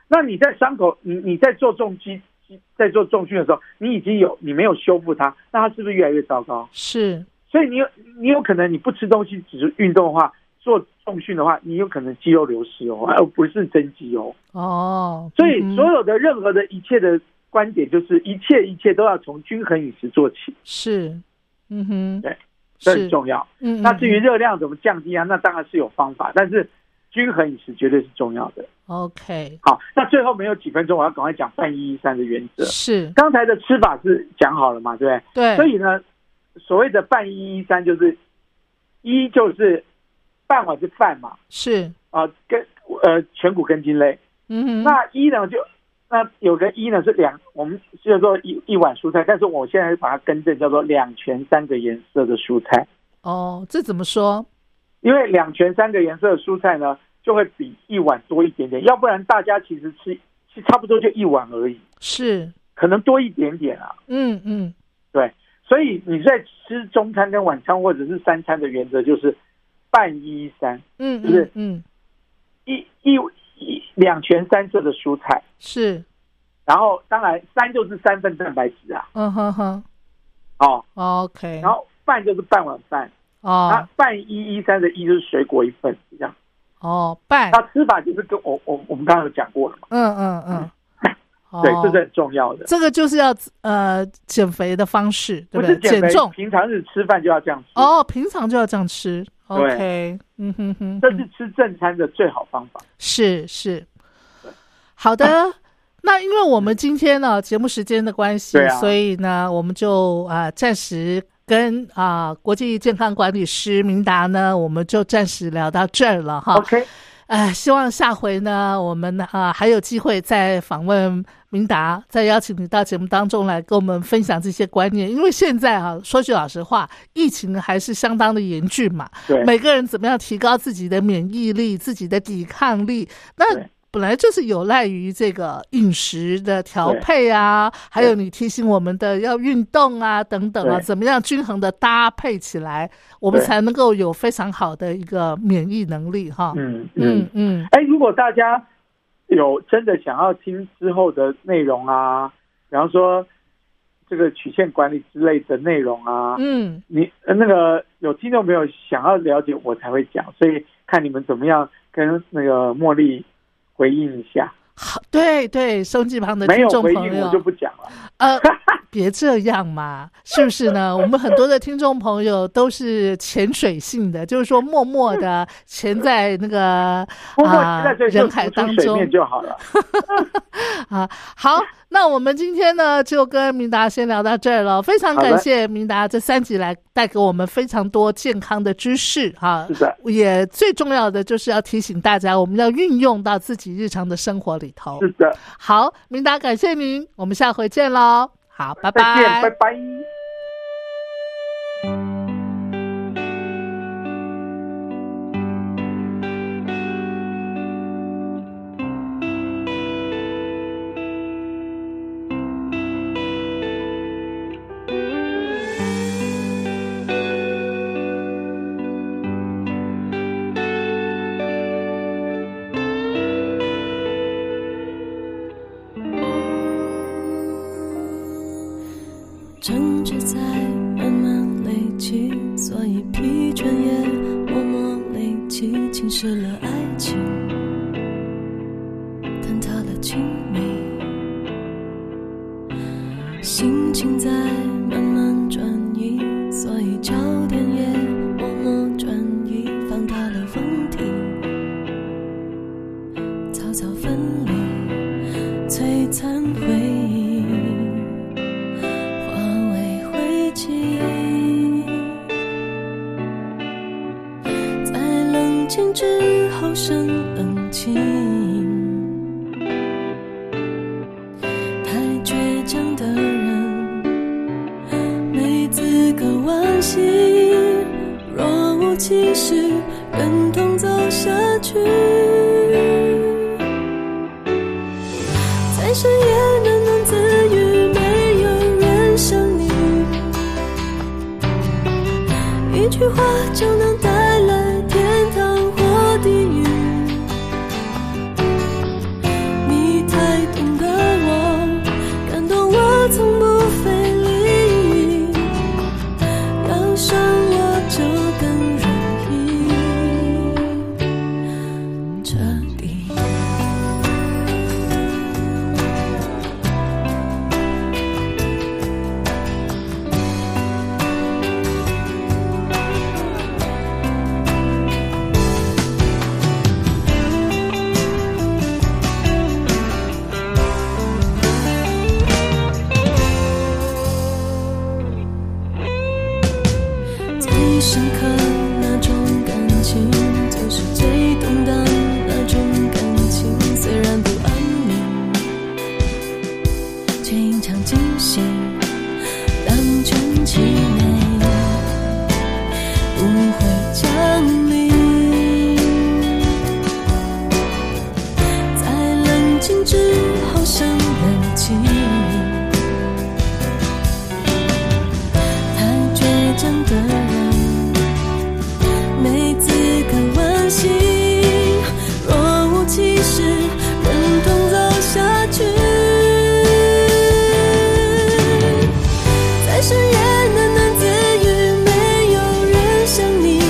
[SPEAKER 5] 那你在伤口，你你在做重击，在做重训的时候，你已经有你没有修复它，那它是不是越来越糟糕
[SPEAKER 2] 嗯？是，
[SPEAKER 5] 所以你有你有可能你不吃东西，只是运动的话，做重训的话，你有可能肌肉流失哦，而不是增肌哦。
[SPEAKER 2] 哦，
[SPEAKER 5] 所以
[SPEAKER 2] 嗯哼
[SPEAKER 5] 所有的任何的一切的观点，就是一切一切都要从均衡饮食做起，
[SPEAKER 2] 是，嗯哼，
[SPEAKER 5] 对，这
[SPEAKER 2] 是
[SPEAKER 5] 很，重要。
[SPEAKER 2] 嗯，
[SPEAKER 5] 那至于
[SPEAKER 2] 嗯
[SPEAKER 5] 热量怎么降低啊，那当然是有方法，但是均衡饮食绝对是重要的。
[SPEAKER 2] OK
[SPEAKER 5] 好，那最后没有几分钟，我要赶快讲泛一一三的原则。
[SPEAKER 2] 是，
[SPEAKER 5] 刚才的吃法是讲好了嘛，对不
[SPEAKER 2] 对
[SPEAKER 5] 对？，所以呢，所谓的半一一三就是一就是半碗是饭嘛，
[SPEAKER 2] 是，
[SPEAKER 5] 啊、跟呃全谷根茎类。
[SPEAKER 2] 嗯哼，
[SPEAKER 5] 那一呢就那有个一呢是两，我们叫做一一碗蔬菜，但是我现在把它更正叫做两全三个颜色的蔬菜，
[SPEAKER 2] 哦，这怎么说？
[SPEAKER 5] 因为两全三个颜色的蔬菜呢就会比一碗多一点点，要不然大家其实吃吃差不多就一碗而已，
[SPEAKER 2] 是，
[SPEAKER 5] 可能多一点点啊。
[SPEAKER 2] 嗯嗯，
[SPEAKER 5] 对，所以你在吃中餐跟晚餐或者是三餐的原则就是半一一三，
[SPEAKER 2] 嗯
[SPEAKER 5] 是
[SPEAKER 2] 嗯嗯，
[SPEAKER 5] 一一一两全三色的蔬菜，
[SPEAKER 2] 是，
[SPEAKER 5] 然后当然三就是三份蛋白质啊，
[SPEAKER 2] 嗯哼哼
[SPEAKER 5] 哦，
[SPEAKER 2] ，OK，
[SPEAKER 5] 然后饭就是半碗饭，
[SPEAKER 2] 嗯
[SPEAKER 5] 那
[SPEAKER 2] 哦
[SPEAKER 5] 半一一三的一就是水果一份这样，
[SPEAKER 2] 哦，拜，
[SPEAKER 5] 那吃法就是跟我我我们刚刚有讲过了嘛，
[SPEAKER 2] 嗯嗯嗯，
[SPEAKER 5] 对，
[SPEAKER 2] 哦
[SPEAKER 5] 这是很重要的，
[SPEAKER 2] 这个就是要呃减肥的方式，对
[SPEAKER 5] 不
[SPEAKER 2] 不
[SPEAKER 5] 是
[SPEAKER 2] 对？减
[SPEAKER 5] 减肥，
[SPEAKER 2] 重
[SPEAKER 5] 平常日吃饭就要这样吃，
[SPEAKER 2] 哦，平常就要这样吃，OK，嗯哼哼，
[SPEAKER 5] 这
[SPEAKER 2] 嗯
[SPEAKER 5] 是吃正餐的最好方法。
[SPEAKER 2] 是是，好的。那因为我们今天呢、节目时间的关系，
[SPEAKER 5] 嗯对啊
[SPEAKER 2] 所以呢我们就啊、呃暂时跟啊、国际健康管理师明达呢，我们就暂时聊到这儿了哈。
[SPEAKER 5] OK，
[SPEAKER 2] 哎，希望下回呢，我们啊、还有机会再访问明达，再邀请你到节目当中来跟我们分享这些观念。因为现在啊，说句老实话，疫情还是相当的严峻嘛，
[SPEAKER 5] 对，
[SPEAKER 2] 每个人怎么样提高自己的免疫力、自己的抵抗力，那
[SPEAKER 5] 对
[SPEAKER 2] 本来就是有赖于这个饮食的调配啊，还有你提醒我们的要运动啊等等啊，
[SPEAKER 5] 对
[SPEAKER 2] 怎么样均衡的搭配起来，我们
[SPEAKER 5] 对
[SPEAKER 2] 才能够有非常好的一个免疫能力哈。
[SPEAKER 5] 嗯嗯
[SPEAKER 2] 嗯。嗯，
[SPEAKER 5] 哎，如果大家有真的想要听之后的内容啊，比方说这个曲线管理之类的内容啊，
[SPEAKER 2] 嗯，
[SPEAKER 5] 你呃那个有听众没有想要了解，我才会讲，所以看你们怎么样跟那个茉莉回应一下，
[SPEAKER 2] 好， 对对，收音机旁的
[SPEAKER 5] 没
[SPEAKER 2] 听
[SPEAKER 5] 有
[SPEAKER 2] 众
[SPEAKER 5] 回
[SPEAKER 2] 朋
[SPEAKER 5] 应
[SPEAKER 2] 友
[SPEAKER 5] 我就不讲了。
[SPEAKER 2] 呃， 别这样嘛，是不是呢？我们很多的听众朋友都是潜水性的，就是说默默 的潜在那个
[SPEAKER 5] 不过
[SPEAKER 2] 啊、
[SPEAKER 5] 现在这就
[SPEAKER 2] 人海
[SPEAKER 5] 浮出
[SPEAKER 2] 当
[SPEAKER 5] 水
[SPEAKER 2] 中
[SPEAKER 5] 面就好了。
[SPEAKER 2] 啊。好，那我们今天呢就跟明达先聊到这儿了，非常
[SPEAKER 5] 好的
[SPEAKER 2] 感谢明达这三集来带给我们非常多健康的知识啊
[SPEAKER 5] 是。的，
[SPEAKER 2] 也最重要的就是要提醒大家，我们要运用到自己日常的生活里头
[SPEAKER 5] 是。的，
[SPEAKER 2] 好，明达，感谢您，我们下回见喽。好，拜
[SPEAKER 5] 再
[SPEAKER 2] 拜，
[SPEAKER 5] 见，拜拜。
[SPEAKER 1] 争执在慢慢累积，所以疲倦也默默累积，侵蚀了爱情，坍塌了亲密。心情在慢慢转移，所以焦点也默默转移，放大了问题，草草分离，摧残回忆。化为灰烬，在冷静之后生冷清，其实忍痛走下去，在深夜喃喃自语，没有人想你，一句话就能带来天堂或地狱。你太懂得我，感动我从不费力。要伤我就更容易，彻底。最深刻那种感情，就是最动荡那种感情。虽然不安宁，却隐藏惊喜，当全气馁不会降临，在冷静之后想冷静。太倔强的人，没资格惋惜。若无其事，忍痛走下去。在深夜喃喃自语，没有人想你。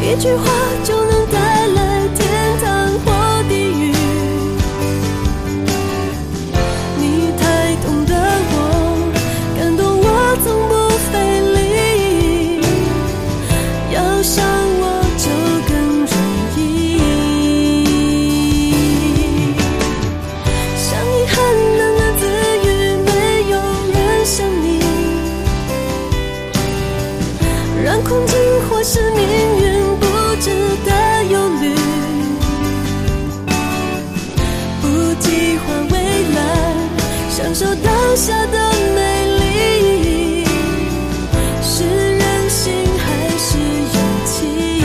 [SPEAKER 1] 一句话就能带来天堂或地狱。你太懂得我，感动我从不费力，要伤我就更容易。像遗憾喃喃自语，没有人想你，让困境或是命运不值得忧虑。不计划未来，享受当下的美丽，是任性还是勇气？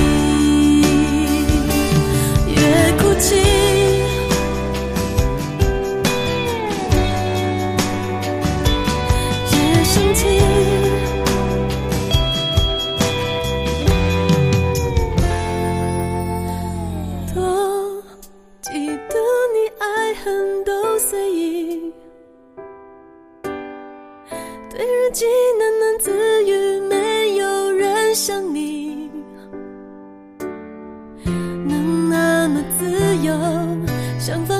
[SPEAKER 1] 越哭泣，越生气，多。记得你爱恨都随意，对日记喃喃自语，没有人像你，能那么自由，想法